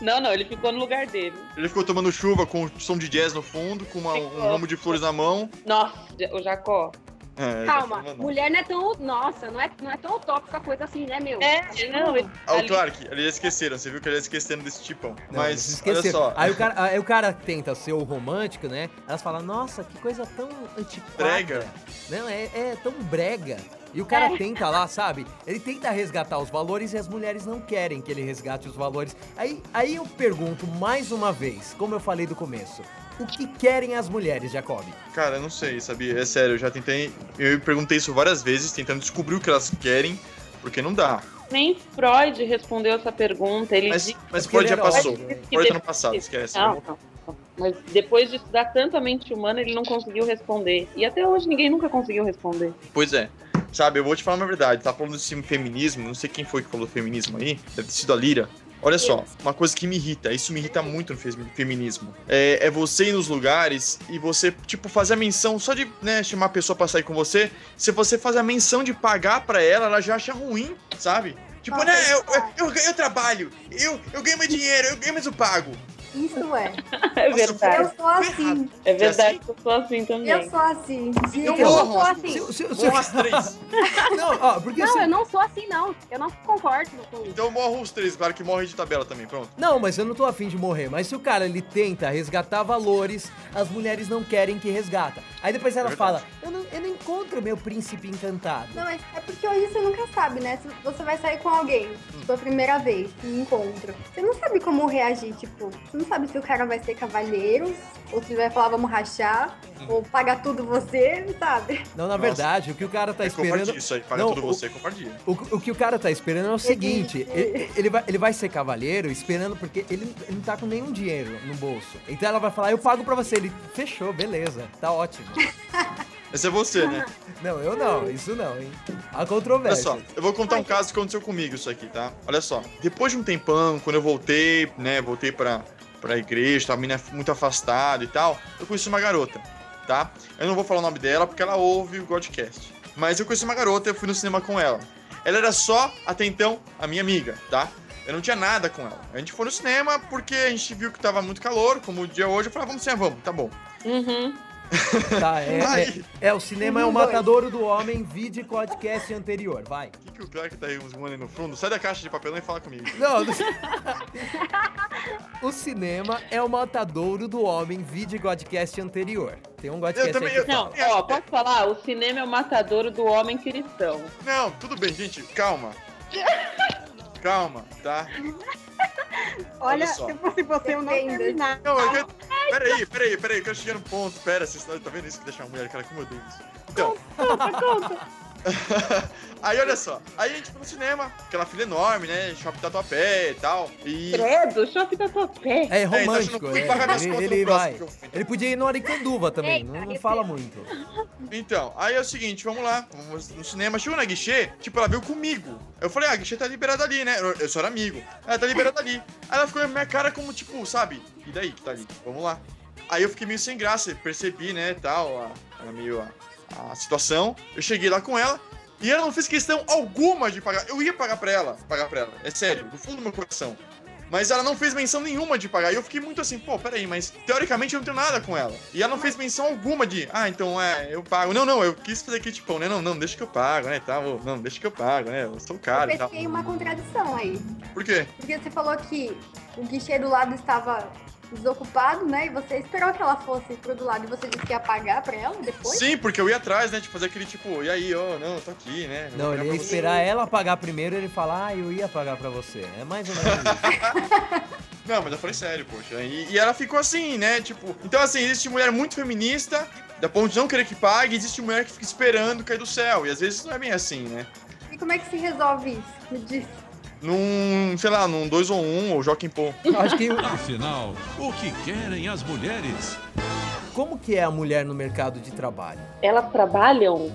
Speaker 4: Não, não, ele ficou no lugar dele.
Speaker 5: Ele ficou tomando chuva com o som de jazz no fundo, com uma- um
Speaker 4: Ficou.
Speaker 5: ramo de flores na mão.
Speaker 4: Nossa, o Jacó.
Speaker 5: É,
Speaker 8: Calma,
Speaker 5: não, não.
Speaker 8: mulher não é tão. Nossa, não é, não é tão utópica a coisa assim, né, meu?
Speaker 4: É, não, ele.
Speaker 5: Ah, o
Speaker 4: ali-
Speaker 5: Clark, eles esqueceram, você viu que eles esqueceram desse tipão.
Speaker 7: Não, eles
Speaker 5: Mas, olha
Speaker 7: esqueceram.
Speaker 5: só,
Speaker 7: Aí o, cara, aí o cara tenta ser o romântico, né? Elas falam, nossa, que coisa tão antiquada.
Speaker 5: Brega.
Speaker 7: Não, é, é tão brega. E o cara tenta lá, sabe? Ele tenta resgatar os valores e as mulheres não querem que ele resgate os valores. Aí, aí eu pergunto mais uma vez, como eu falei do começo. O que querem as mulheres, Jacob?
Speaker 5: cara, eu não sei, sabia? É sério, eu já tentei, eu perguntei isso várias vezes, tentando descobrir o que elas querem, porque não dá.
Speaker 4: Nem Freud respondeu essa pergunta. Ele
Speaker 5: Mas,
Speaker 4: disse
Speaker 5: mas
Speaker 7: Porque
Speaker 5: Freud
Speaker 7: ele
Speaker 5: já
Speaker 7: era
Speaker 5: passou.
Speaker 7: ótimo, né?
Speaker 5: Freud tá no passado, esquece.
Speaker 4: Não, então. não, não. Mas depois de estudar tanto a mente humana, ele não conseguiu responder. E até hoje ninguém nunca conseguiu responder.
Speaker 5: Pois é. Sabe, eu vou te falar uma verdade. Tá falando desse feminismo, não sei quem foi que falou feminismo aí, deve ter sido a Lira. Olha só, uma coisa que me irrita, isso me irrita muito no femi- feminismo. É, é você ir nos lugares e você, tipo, fazer a menção só de né, chamar a pessoa pra sair com você. Se você faz a menção de pagar pra ela, ela já acha ruim, sabe? Tipo,
Speaker 9: Ah,
Speaker 5: né, eu,
Speaker 7: tá.
Speaker 5: eu, eu trabalho, eu, eu ganho meu dinheiro, eu ganho, mas eu pago.
Speaker 9: isso é.
Speaker 4: É
Speaker 5: Nossa,
Speaker 4: verdade.
Speaker 9: Eu sou assim.
Speaker 4: É
Speaker 5: é
Speaker 4: verdade que eu sou assim
Speaker 9: Eu
Speaker 4: também.
Speaker 9: sou assim. Diego.
Speaker 5: Então,
Speaker 8: Eu sou
Speaker 5: Morram as
Speaker 8: assim.
Speaker 7: Se- se- se-
Speaker 5: Morram as três.
Speaker 7: Não, ó, porque
Speaker 8: Não,
Speaker 7: se-
Speaker 8: eu não sou assim, não. Eu não concordo com isso.
Speaker 5: Então morram os três, claro que morre de tabela também, pronto.
Speaker 7: Não, mas eu não tô afim de morrer. Mas se o cara ele tenta resgatar valores, as mulheres não querem que resgata. Aí depois ela
Speaker 5: É Verdade.
Speaker 7: fala: eu não, eu não encontro meu príncipe encantado.
Speaker 9: Não, é é porque hoje você nunca sabe, né? Se você vai sair com alguém, tipo, a primeira vez, um encontro. Você não sabe como reagir, tipo, você não sabe se o cara vai ser cavalheiro, ou se ele vai falar vamos rachar, ou pagar tudo você, sabe?
Speaker 7: Não, na
Speaker 5: Nossa.
Speaker 7: verdade, o que o cara tá
Speaker 5: É,
Speaker 7: esperando.
Speaker 5: compartilha isso aí, paga
Speaker 7: Não,
Speaker 5: tudo
Speaker 7: o-
Speaker 5: você, compartilha.
Speaker 7: O, o que o cara tá esperando é o seguinte: ele, ele vai, ele vai ser cavalheiro esperando porque ele, ele não tá com nenhum dinheiro no bolso. Então ela vai falar: eu pago pra você. Ele fechou, beleza, tá ótimo.
Speaker 5: Esse é você, né?
Speaker 7: Não, eu não, isso não, hein? A
Speaker 5: Olha
Speaker 7: controvérsia.
Speaker 5: só, eu vou contar um caso que aconteceu comigo isso aqui, tá? Olha só, depois de um tempão, quando eu voltei, né, voltei pra, pra pra igreja, tá? a mina é muito afastada e tal. Eu conheci uma garota, tá? Eu não vou falar o nome dela porque ela ouve o podcast. Mas eu conheci uma garota, eu fui no cinema com ela. Ela era só, até então, a minha amiga, tá? Eu não tinha nada com ela. A gente foi no cinema porque a gente viu que tava muito calor, como o dia hoje. Eu falei, "Ah, vamos sim, vamos, tá bom.
Speaker 4: Uhum.
Speaker 7: Tá, é,
Speaker 5: Aí,
Speaker 7: é, é, o cinema é o matadouro do homem, vide podcast anterior, vai.
Speaker 5: o que, que o Clark tá aí uns mano aí no fundo? Sai da caixa de papelão e fala comigo.
Speaker 7: Não, não... O cinema é o matadouro do homem, vide podcast anterior. Tem um podcast
Speaker 5: Eu também-
Speaker 7: aí que
Speaker 5: eu-
Speaker 4: Não,
Speaker 7: fala.
Speaker 4: ó, posso falar? O cinema é o matadouro do homem cristão.
Speaker 5: Não, tudo bem, gente, calma. Calma, tá? Olha
Speaker 8: Olha,
Speaker 5: só.
Speaker 8: se fosse você, eu não
Speaker 9: Depende.
Speaker 8: terminar.
Speaker 5: Não, eu quero. Peraí, peraí, peraí, eu quero chegar no ponto. Pera, vocês estão tá vendo isso que deixa uma mulher, cara? Como eu odeio isso. Então. aí olha só, aí a gente foi no cinema, aquela fila enorme, né? Shopping Tatuapé e tal. E.
Speaker 4: Credo, shopping da tua pé.
Speaker 7: É
Speaker 5: É, então a gente não
Speaker 7: romântico,
Speaker 5: tem
Speaker 7: é,
Speaker 5: que pagar minhas
Speaker 7: ele,
Speaker 5: contas
Speaker 7: ele
Speaker 5: no próximo
Speaker 7: vai.
Speaker 5: que eu fui.
Speaker 7: Ele podia ir no Aricanduva também, não, não fala muito.
Speaker 5: Então, aí é o seguinte, vamos lá, vamos no cinema. Chegou na guichê, tipo, ela veio comigo. Eu falei, ah, a guichê tá liberada ali, né? Eu, eu só era amigo. Ela tá liberada ali. Aí ela ficou na minha cara como, tipo, sabe? E daí que tá ali? Vamos lá. Aí eu fiquei meio sem graça, percebi, né, tal, a, era meio a, a situação. Eu cheguei lá com ela e ela não fez questão alguma de pagar. Eu ia pagar pra ela, pagar pra ela, é sério, do fundo do meu coração. Mas ela não fez menção nenhuma de pagar. E eu fiquei muito assim, pô, peraí, mas teoricamente eu não tenho nada com ela. E ela não fez menção alguma de, ah, então é, eu pago. Não, não, eu quis fazer aqui, tipo, né? Não, não, deixa que eu pago, né? Tá, ô, não, deixa que eu pago, né? Eu sou caro e
Speaker 9: Eu
Speaker 5: tal.
Speaker 9: pesquei uma contradição aí.
Speaker 5: Por quê?
Speaker 9: Porque você falou que o guichê do lado estava desocupado, né? E você esperou que ela fosse pro do lado e você disse que ia pagar pra ela depois?
Speaker 5: Sim, porque eu ia atrás, né? De fazer aquele tipo, e aí, ô, não, eu tô aqui, né? Eu
Speaker 7: Não,
Speaker 5: vou
Speaker 7: ele
Speaker 5: pagar
Speaker 7: ia
Speaker 5: pra você.
Speaker 7: esperar ela pagar primeiro e ele falar, ah, eu ia pagar pra você. É mais ou menos isso.
Speaker 5: Não, mas eu falei sério, poxa. E, e ela ficou assim, né? Tipo, então assim, existe mulher muito feminista, da ponto de não querer que pague, e existe mulher que fica esperando cair do céu. E às vezes não é bem assim, né?
Speaker 9: E como é que se resolve isso? Me diz.
Speaker 5: Num, sei lá, num 2 ou 1, um, ou Joaquim Pô.
Speaker 7: Acho que
Speaker 2: Afinal, o que querem as mulheres?
Speaker 7: como que é a mulher no mercado de trabalho?
Speaker 4: Elas trabalham?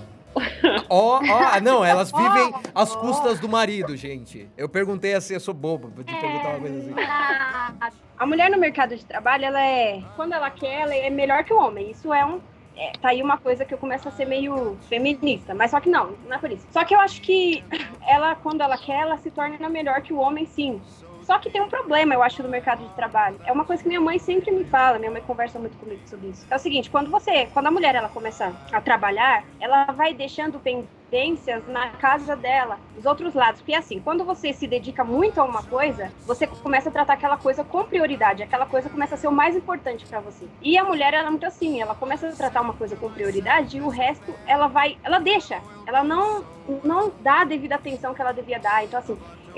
Speaker 7: Ó, ó, não, elas vivem às custas do marido, gente. Eu perguntei assim, eu sou bobo de
Speaker 8: É.
Speaker 7: perguntar uma coisa assim.
Speaker 8: A- A mulher no mercado de trabalho, ela é. Quando ela quer, ela é melhor que o homem. Isso é um. é, tá aí uma coisa que eu começo a ser meio feminista, mas só que não, não é por isso. Só que eu acho que ela, quando ela quer, ela se torna melhor que o homem, sim. Só que tem um problema, eu acho, do mercado de trabalho. É uma coisa que minha mãe sempre me fala, minha mãe conversa muito comigo sobre isso. É o seguinte, quando você, quando a mulher ela começa a trabalhar, ela vai deixando pendências na casa dela, dos outros lados. Porque assim, quando você se dedica muito a uma coisa, você começa a tratar aquela coisa com prioridade, aquela coisa começa a ser o mais importante pra você. E a mulher ela é muito assim, ela começa a tratar uma coisa com prioridade e o resto ela vai, ela deixa, ela não não dá a devida atenção que ela devia dar. Então assim,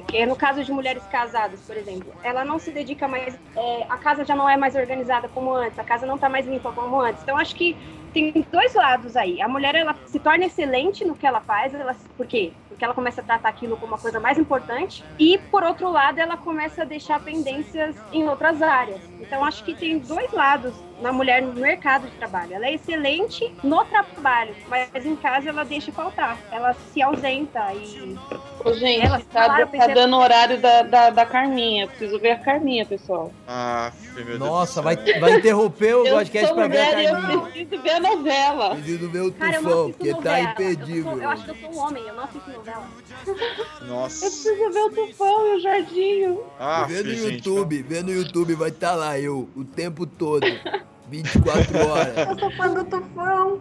Speaker 8: que é no caso de mulheres casadas, por exemplo, ela não se dedica mais, é, a casa já não é mais organizada como antes, a casa não tá mais limpa como antes. Então acho que tem dois lados aí. A mulher ela se torna excelente no que ela faz, ela, por quê? Porque ela começa a tratar aquilo como uma coisa mais importante, e por outro lado, ela começa a deixar pendências em outras áreas. Então acho que tem dois lados na mulher no mercado de trabalho. Ela é excelente no trabalho, mas em casa ela deixa faltar. Ela se ausenta e
Speaker 4: Ô, gente,
Speaker 8: Elas
Speaker 4: tá,
Speaker 8: falaram, eu
Speaker 4: tá
Speaker 8: pensei-
Speaker 4: dando horário da, da, da Carminha. Preciso ver a Carminha, pessoal.
Speaker 5: Ah, meu Deus.
Speaker 7: Nossa,
Speaker 5: do céu.
Speaker 7: vai, vai interromper o
Speaker 4: eu
Speaker 7: podcast
Speaker 4: sou
Speaker 7: pra ver a
Speaker 4: mulher e eu
Speaker 7: Carminha.
Speaker 4: preciso ver a novela.
Speaker 7: Pedido meu
Speaker 8: Cara, eu não
Speaker 7: tufão,
Speaker 8: assisto
Speaker 7: porque
Speaker 8: novela.
Speaker 7: tá
Speaker 8: Eu,
Speaker 7: impedível.
Speaker 8: sou- eu acho que eu sou um homem, eu não assisto novela.
Speaker 5: Nossa.
Speaker 4: Eu preciso ver o Tufão e o Jardim.
Speaker 5: Ah,
Speaker 7: Vê no
Speaker 5: filho, gente,
Speaker 7: YouTube, vê no YouTube, vai estar lá eu, o tempo todo. 24 horas.
Speaker 9: Eu sou fã do tufão.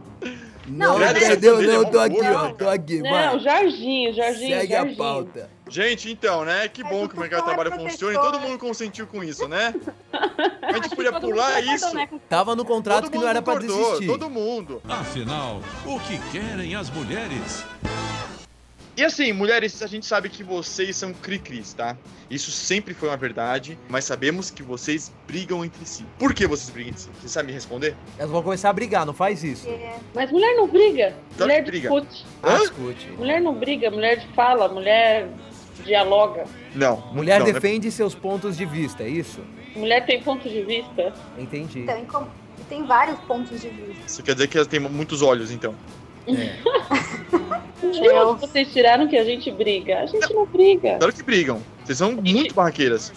Speaker 7: Não,
Speaker 5: Não,
Speaker 8: é
Speaker 7: entendeu?
Speaker 5: não,
Speaker 7: Não, tô aqui,
Speaker 5: não.
Speaker 7: ó.
Speaker 8: assim.
Speaker 7: Tô aqui,
Speaker 4: Não,
Speaker 7: vai.
Speaker 4: né? Jardim, Jardim,
Speaker 7: Segue
Speaker 4: Jardim.
Speaker 7: a pauta.
Speaker 5: Gente, então, né? Que bom que o mercado de trabalho funciona e todo mundo consentiu com isso, né? A gente podia pular isso.
Speaker 8: né?
Speaker 7: Tava no contrato
Speaker 5: Todo
Speaker 7: que
Speaker 5: mundo
Speaker 7: não era pra
Speaker 5: concordou,
Speaker 7: desistir.
Speaker 5: Todo mundo.
Speaker 2: Afinal, o que querem as mulheres?
Speaker 5: E assim, mulheres, a gente sabe que vocês são cri-cris, tá? Isso sempre foi uma verdade, mas sabemos que vocês brigam entre si. Por que vocês brigam entre si? Vocês sabem me responder?
Speaker 7: Elas vão começar a brigar, não faz isso.
Speaker 4: Mas mulher não briga.
Speaker 5: Claro
Speaker 4: Mulher
Speaker 5: que briga.
Speaker 4: discute.
Speaker 5: Hã?
Speaker 7: Discute.
Speaker 4: Mulher não briga, mulher fala, mulher dialoga.
Speaker 5: Não. né?
Speaker 7: Mulher
Speaker 5: não,
Speaker 7: defende seus pontos de vista, é isso?
Speaker 4: Mulher tem ponto de vista.
Speaker 7: Entendi.
Speaker 8: Tá.
Speaker 9: Então, e como- e tem vários pontos de vista.
Speaker 5: Isso quer dizer que ela tem muitos olhos, então.
Speaker 4: De onde
Speaker 8: É.
Speaker 4: vocês tiraram que a gente briga? A gente não briga.
Speaker 5: Claro que brigam. Vocês são muito barraqueiras.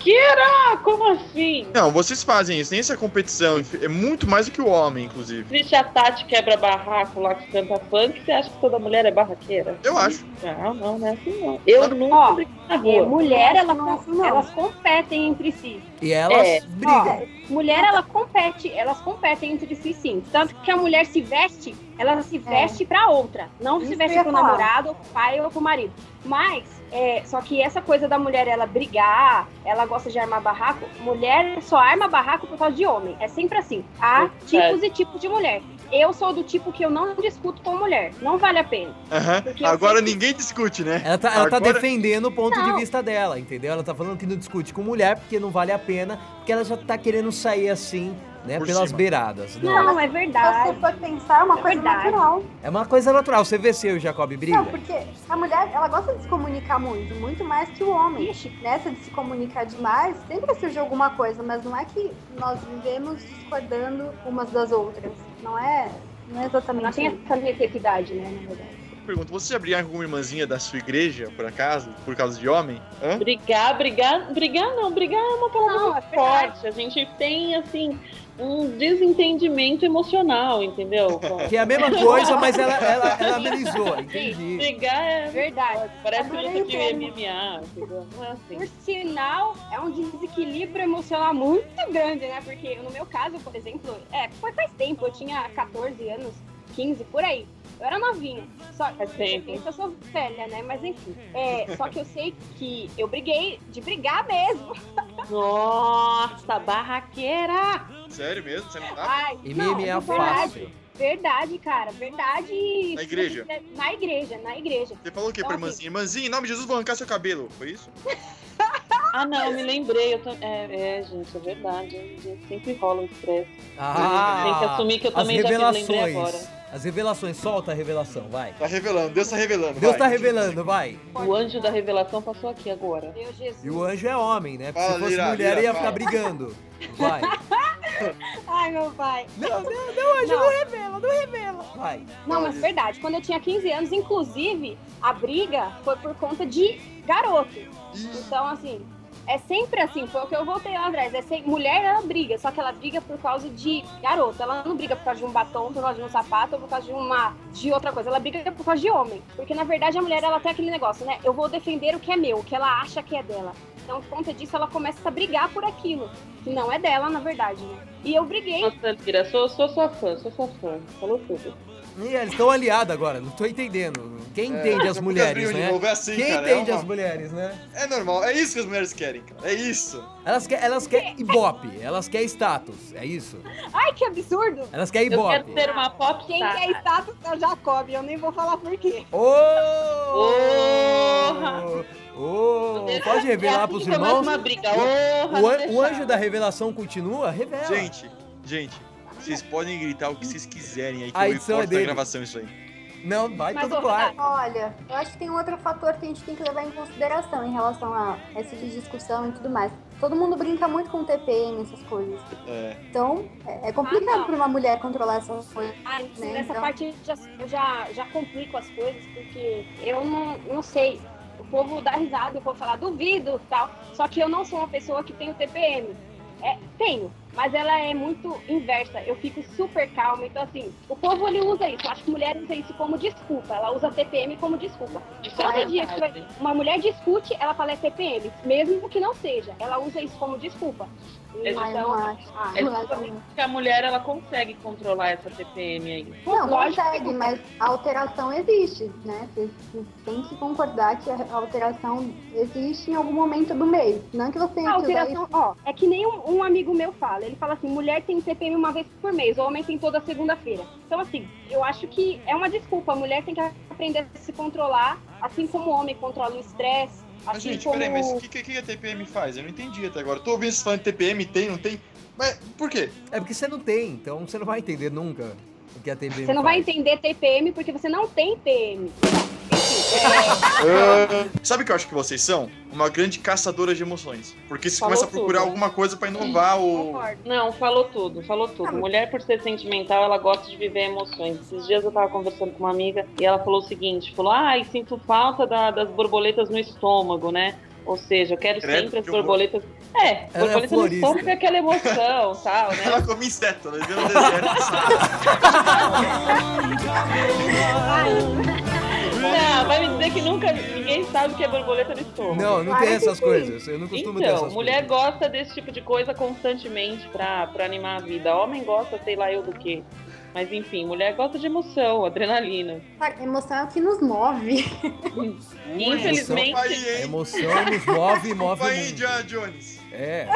Speaker 4: Barraqueira! Como assim?
Speaker 5: Não, vocês fazem isso, tem essa competição. É muito mais do que o homem, inclusive.
Speaker 4: Existe a Tati quebra barraco lá que canta funk, você acha que toda mulher é barraqueira?
Speaker 5: Eu acho.
Speaker 4: Não, não, não é assim não. Eu
Speaker 8: Ó,
Speaker 4: nunca brinquei na
Speaker 8: É,
Speaker 4: rua.
Speaker 8: mulher, ela
Speaker 9: Não,
Speaker 8: com-
Speaker 9: não.
Speaker 8: elas competem entre si.
Speaker 7: E elas
Speaker 4: É.
Speaker 7: brigam.
Speaker 8: Mulher, ela compete, elas competem entre si sim. Tanto que a mulher se veste, ela se veste pra outra. Não
Speaker 9: É. Isso
Speaker 8: se
Speaker 9: que eu
Speaker 8: veste
Speaker 9: ia
Speaker 8: pro
Speaker 9: falar.
Speaker 8: namorado, ou pro pai ou pro marido. Mas, é, só que essa coisa da mulher ela brigar, ela gosta de armar barraco. Mulher só arma barraco por causa de homem. É sempre assim. Há
Speaker 4: Verdade.
Speaker 8: tipos e tipos de mulher. Eu sou do tipo que eu não discuto com mulher. Não vale a pena.
Speaker 5: Aham.
Speaker 8: Porque eu
Speaker 5: Agora
Speaker 8: sei que-
Speaker 5: ninguém discute, né?
Speaker 6: É.
Speaker 7: Ela tá, ela tá
Speaker 5: Agora-
Speaker 7: defendendo o ponto
Speaker 8: Não.
Speaker 7: de vista dela, entendeu? Ela tá falando que não discute com mulher porque não vale a pena, porque ela já tá querendo sair assim, né,
Speaker 5: Por
Speaker 7: pelas
Speaker 5: cima.
Speaker 7: beiradas.
Speaker 8: Não,
Speaker 7: Não.
Speaker 8: é
Speaker 9: Se
Speaker 8: verdade.
Speaker 9: você for pensar, é uma
Speaker 8: É
Speaker 9: coisa
Speaker 8: verdade.
Speaker 9: natural.
Speaker 7: É uma coisa natural. Você vê se o Jacob briga?
Speaker 9: Não, porque a mulher, ela gosta de se comunicar muito, muito mais que o homem. Nessa de se comunicar demais, sempre surge alguma coisa, mas não é que nós vivemos discordando umas das outras. Não é, não é
Speaker 8: Não
Speaker 9: exatamente
Speaker 8: tem
Speaker 9: isso.
Speaker 8: essa necessidade, né? Na verdade.
Speaker 5: Pergunto, você já brigar com alguma irmãzinha da sua igreja, por acaso, por causa de homem? Hã?
Speaker 4: Brigar, brigar, brigar não, brigar é uma palavra
Speaker 8: Não, é
Speaker 4: muito
Speaker 8: verdade.
Speaker 4: forte. A gente tem, assim, um desentendimento emocional, entendeu?
Speaker 7: Que é a mesma coisa, mas ela, ela, ela amenizou, entendi.
Speaker 4: brigar é
Speaker 8: Verdade.
Speaker 4: Parece
Speaker 9: Adorei
Speaker 4: luta
Speaker 9: o
Speaker 4: de
Speaker 9: termo.
Speaker 4: MMA, entendeu? Não é assim.
Speaker 8: Por sinal, é um desequilíbrio emocional muito grande, né? Porque no meu caso, por exemplo, é, foi faz tempo, eu tinha 14 anos, 15, por aí. Eu era novinha. Só
Speaker 4: Faz tempo.
Speaker 8: Eu sou velha, né? Mas enfim. É, só que eu sei que eu briguei de brigar mesmo.
Speaker 4: Nossa, barraqueira!
Speaker 5: Sério mesmo? Você não tá?
Speaker 8: Ai, não,
Speaker 6: é
Speaker 7: MMA
Speaker 8: verdade,
Speaker 7: é fácil.
Speaker 8: verdade, cara. Verdade.
Speaker 5: Na igreja.
Speaker 8: Na igreja, na igreja.
Speaker 5: Você falou o quê pra
Speaker 8: Não,
Speaker 5: irmãzinha? Irmãzinha, em nome de Jesus, vou arrancar seu cabelo. Foi isso?
Speaker 1: Ah, não, me lembrei. Eu tô... é, é, gente, é verdade. A gente sempre rola um estresse. Tem que
Speaker 7: Ah,
Speaker 1: assumir que eu
Speaker 7: as
Speaker 1: também já me lembrei
Speaker 7: revelações.
Speaker 1: agora.
Speaker 7: As revelações. Solta a revelação, vai.
Speaker 5: Tá revelando, Deus tá revelando.
Speaker 7: Deus
Speaker 5: vai.
Speaker 7: tá revelando, vai.
Speaker 1: O anjo da revelação passou aqui agora.
Speaker 8: Meu Jesus.
Speaker 7: E o anjo é homem, né? Porque
Speaker 5: Fala,
Speaker 7: se fosse
Speaker 5: Lira,
Speaker 7: mulher,
Speaker 5: Lira,
Speaker 7: ia ficar
Speaker 5: fala.
Speaker 7: brigando. Vai.
Speaker 8: Ai, meu pai.
Speaker 7: Não, não, não, anjo,
Speaker 8: Não.
Speaker 7: não revela, não revela. Vai.
Speaker 8: Não, mas é verdade. Quando eu tinha 15 anos, inclusive, a briga foi por conta de garoto. Então, assim, é sempre assim. Foi o que eu voltei lá atrás. É sem- Mulher, ela briga. Só que ela briga por causa de garoto. Ela não briga por causa de um batom, por causa de um sapato, ou por causa de uma... De outra coisa. Ela briga por causa de homem. Porque, na verdade, a mulher, ela tem aquele negócio, né? Eu vou defender o que é meu, o que ela acha que é dela. Então, por conta disso, ela começa a brigar por aquilo. Que não é dela, na verdade, né? E eu briguei
Speaker 1: Nossa, Lira, sou, sou sua fã, sou sua fã. Falou tudo.
Speaker 7: Ih, eles estão aliados agora, não tô entendendo. Quem
Speaker 5: É,
Speaker 7: entende as
Speaker 5: Lucas
Speaker 7: mulheres,
Speaker 5: Brilho de
Speaker 7: né?
Speaker 5: novo, É assim,
Speaker 7: Quem
Speaker 5: cara.
Speaker 7: entende
Speaker 5: é, uma-
Speaker 7: as mulheres, né?
Speaker 5: é normal, é isso que as mulheres querem, cara. É isso.
Speaker 7: Elas querem elas quer ibope, elas querem status, é isso?
Speaker 8: Ai, que absurdo!
Speaker 7: Elas querem
Speaker 1: Eu quero
Speaker 7: ibope.
Speaker 1: ser uma pop
Speaker 8: Quem
Speaker 7: Tá.
Speaker 8: quer status é o Jacob, eu nem vou falar por quê.
Speaker 7: Ô! Ô! Pode
Speaker 1: é
Speaker 7: revelar
Speaker 1: assim
Speaker 7: pros
Speaker 1: que começa
Speaker 7: irmãos?
Speaker 1: uma briga.
Speaker 7: O,
Speaker 1: Honra,
Speaker 7: an-
Speaker 1: não
Speaker 7: o
Speaker 1: deixar.
Speaker 7: anjo da revelação continua? Revela.
Speaker 5: Gente, gente, vocês podem gritar o que vocês quiserem aí que
Speaker 7: A
Speaker 5: eu
Speaker 7: edição é
Speaker 5: recorto da
Speaker 7: dele.
Speaker 5: gravação isso aí.
Speaker 7: Não, vai
Speaker 8: Mas,
Speaker 7: tudo
Speaker 8: ô,
Speaker 7: claro.
Speaker 9: Olha, eu acho que tem um outro fator que a gente tem que levar em consideração em relação a essa de discussão e tudo mais. Todo mundo brinca muito com TPM, essas coisas.
Speaker 5: É.
Speaker 9: Então, é é
Speaker 8: Ah,
Speaker 9: complicado
Speaker 8: não.
Speaker 9: pra uma mulher controlar essas coisas.
Speaker 8: Ah, isso,
Speaker 9: né?
Speaker 8: nessa
Speaker 9: Então-
Speaker 8: parte eu já, eu já, já complico as coisas, porque eu não, não sei. O povo dá risada, o povo fala, duvido tal. Só que eu não sou uma pessoa que tem o TPM. É, tenho, mas ela é muito inversa. Eu fico super calma. Então, assim, o povo ele usa isso. Eu acho que mulher usa isso como desculpa. Ela usa TPM como desculpa.
Speaker 1: Isso é
Speaker 8: Todo dia que
Speaker 1: verdade.
Speaker 8: vai- uma mulher discute, ela fala é TPM, mesmo que não seja. Ela usa isso como desculpa.
Speaker 9: Ah, eu não
Speaker 8: Então,
Speaker 9: acho.
Speaker 8: ah,
Speaker 1: É
Speaker 9: Eu acho
Speaker 1: justo.
Speaker 9: não.
Speaker 1: que a mulher ela consegue controlar essa TPM aí.
Speaker 9: Não,
Speaker 8: Lógico.
Speaker 9: consegue, mas a alteração existe, né? Você você tem que concordar que a alteração existe em algum momento do mês. Não que você tenha
Speaker 8: A
Speaker 9: que usar isso.
Speaker 8: alteração, ó, é que nem um, um amigo meu fala. Ele fala assim: mulher tem TPM uma vez por mês, homem tem toda segunda-feira. Então, assim, eu acho que é uma desculpa. A mulher tem que aprender a se controlar, assim como o homem controla o estresse.
Speaker 5: Mas,
Speaker 8: Assim
Speaker 5: gente,
Speaker 8: como...
Speaker 5: peraí, mas o que, que, que a TPM faz? Eu não entendi até agora. Tô ouvindo vocês falando de TPM, tem, não tem? Mas por quê?
Speaker 7: É porque você não tem, então você não vai entender nunca o que a TPM
Speaker 8: Você não vai
Speaker 7: faz.
Speaker 8: entender TPM porque você não tem PM.
Speaker 5: Sabe o que eu acho que vocês são? Uma grande caçadora de emoções. Porque você
Speaker 1: Falou
Speaker 5: começa a procurar
Speaker 1: tudo.
Speaker 5: alguma coisa pra inovar ou.
Speaker 8: Concordo.
Speaker 1: Não, falou tudo, falou
Speaker 7: Ah.
Speaker 1: tudo. Mulher, por ser sentimental, ela gosta de viver emoções. Esses dias eu tava conversando com uma amiga e ela falou o seguinte: falou, ai, sinto falta da- das borboletas no estômago, né?
Speaker 4: Ou seja, eu quero
Speaker 5: Credo,
Speaker 4: sempre as
Speaker 5: que horror.
Speaker 4: borboletas. É,
Speaker 7: Ela é
Speaker 4: borboletas no
Speaker 7: florista.
Speaker 4: estômago é aquela emoção, tal, né?
Speaker 5: Ela come inseto, é ela viveu no deserto.
Speaker 4: Não, vai me dizer que nunca ninguém sabe o que é borboleta no estômago.
Speaker 7: Não, não tem
Speaker 8: Claro que
Speaker 7: essas
Speaker 8: sim.
Speaker 7: coisas. Eu não costumo ter
Speaker 4: Então,
Speaker 7: essas
Speaker 4: mulher
Speaker 7: coisas.
Speaker 4: gosta desse tipo de coisa constantemente pra, pra animar a vida. Homem gosta, sei lá eu do que. Mas enfim, mulher gosta de emoção, adrenalina.
Speaker 9: Cara, emoção é o que nos move.
Speaker 4: E,
Speaker 8: Hum,
Speaker 5: Desculpa
Speaker 4: infelizmente,
Speaker 5: aí,
Speaker 7: A
Speaker 5: hein?
Speaker 7: emoção nos move e move o
Speaker 5: Desculpa aí,
Speaker 7: mundo.
Speaker 5: Indiana Jones.
Speaker 7: É.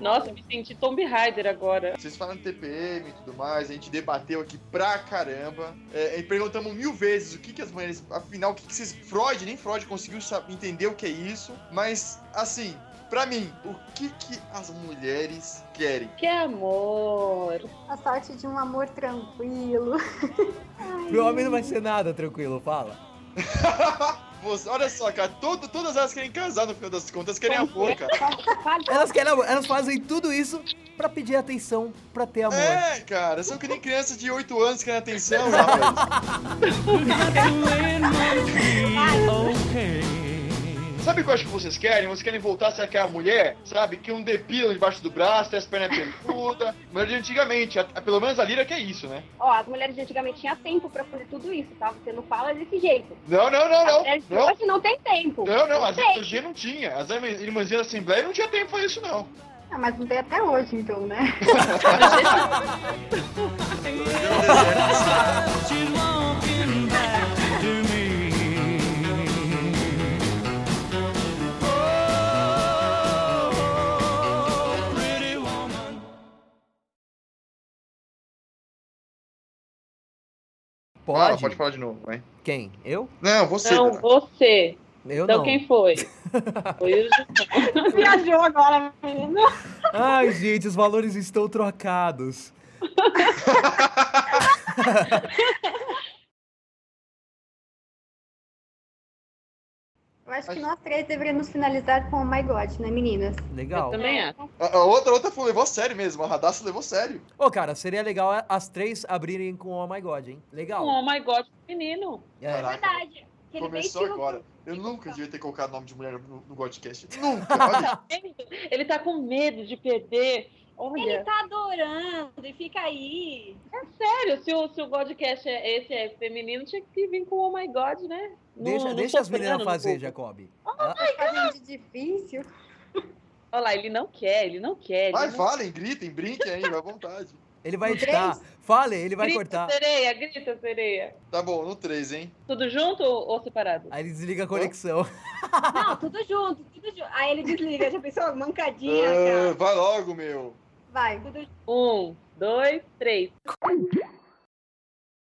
Speaker 4: nossa, me senti Tomb Raider agora.
Speaker 5: Vocês falaram de TPM e tudo mais, a gente debateu aqui pra caramba. É, e perguntamos mil vezes o que, que as mulheres. Afinal, o que, que vocês. Freud, nem Freud conseguiu sa- entender o que é isso. Mas, assim, pra mim, o que, que as mulheres querem?
Speaker 4: Que amor!
Speaker 9: A sorte de um amor tranquilo.
Speaker 7: Pro homem não vai ser nada, tranquilo, fala.
Speaker 5: Você- olha só, cara, todo- todas elas querem casar no final das contas, querem amor, cara.
Speaker 7: Elas, querem, amor, elas fazem tudo isso pra pedir atenção, pra ter amor.
Speaker 5: É, cara, são que nem criança de 8 anos querem atenção, rapaz. Sabe o que eu acho que vocês querem? Vocês querem voltar a ser aquela mulher, sabe? Que um depila debaixo do braço, tem as pernas peludas. Mulher de antigamente, a- a- pelo menos a Lira que é isso, né?
Speaker 8: Ó, as mulheres de antigamente tinham tempo pra fazer tudo isso, tá? Você não fala desse jeito.
Speaker 5: Não, não, não,
Speaker 8: As
Speaker 5: não.
Speaker 8: mulheres de
Speaker 5: Não,
Speaker 8: hoje não tem tempo.
Speaker 5: não, não. As
Speaker 8: tem.
Speaker 5: irmãzinhas não tinha. As irmãzinhas da Assembleia não tinha tempo pra isso, não.
Speaker 9: Ah, mas não tem até hoje, então, né?
Speaker 7: Pode?
Speaker 5: Fala, pode falar de novo, vai.
Speaker 7: Quem? Eu?
Speaker 5: Não, você.
Speaker 4: Não,
Speaker 5: cara.
Speaker 4: você.
Speaker 7: Eu
Speaker 4: então
Speaker 7: não.
Speaker 4: quem foi? Foi o
Speaker 8: Viajou agora, menino.
Speaker 7: Ai, gente, os valores estão trocados.
Speaker 9: Eu acho que nós três deveríamos finalizar com Oh My God, né, meninas?
Speaker 7: Legal.
Speaker 4: Eu também acho.
Speaker 5: A, a outra, a outra foi- levou a sério mesmo. A Radassa levou a sério.
Speaker 7: Ô, cara, seria legal as três abrirem com Oh My God, hein? Legal.
Speaker 4: Oh my god, menino.
Speaker 7: É.
Speaker 5: Caraca.
Speaker 8: Verdade. Que ele
Speaker 5: Começou
Speaker 8: veio e tirou
Speaker 5: agora.
Speaker 8: tudo.
Speaker 5: Eu nunca devia ter colocado o nome de mulher no, no podcast. Nunca, olha.
Speaker 4: Ele tá com medo de perder. Olha,
Speaker 8: Ele tá adorando e fica aí.
Speaker 4: sério, se o, se o Godcast é esse é feminino, tinha que vir com Oh My God, né? Não-
Speaker 7: Deixa,
Speaker 4: não
Speaker 7: deixa as
Speaker 4: sofrendo
Speaker 7: meninas
Speaker 4: no
Speaker 7: fazer,
Speaker 4: povo.
Speaker 7: Jacob.
Speaker 9: Fazendo de é difícil.
Speaker 4: Olha lá, ele não quer, ele não quer. ele
Speaker 5: Mas
Speaker 4: não-
Speaker 5: falem, gritem, brinquem aí, à vontade.
Speaker 7: Ele vai
Speaker 9: No
Speaker 7: editar. Fale, ele vai
Speaker 4: grita,
Speaker 7: cortar.
Speaker 4: sereia, grita, sereia.
Speaker 5: Tá bom, no 3, hein?
Speaker 4: Tudo junto ou ou separado?
Speaker 7: Aí ele desliga a conexão.
Speaker 8: Não, tudo junto, tudo junto. Aí ele desliga, já pensou? Mancadinha,
Speaker 5: Ah,
Speaker 8: cara.
Speaker 5: vai logo, meu.
Speaker 9: Vai.
Speaker 8: Tudo junto.
Speaker 4: Um, dois, três.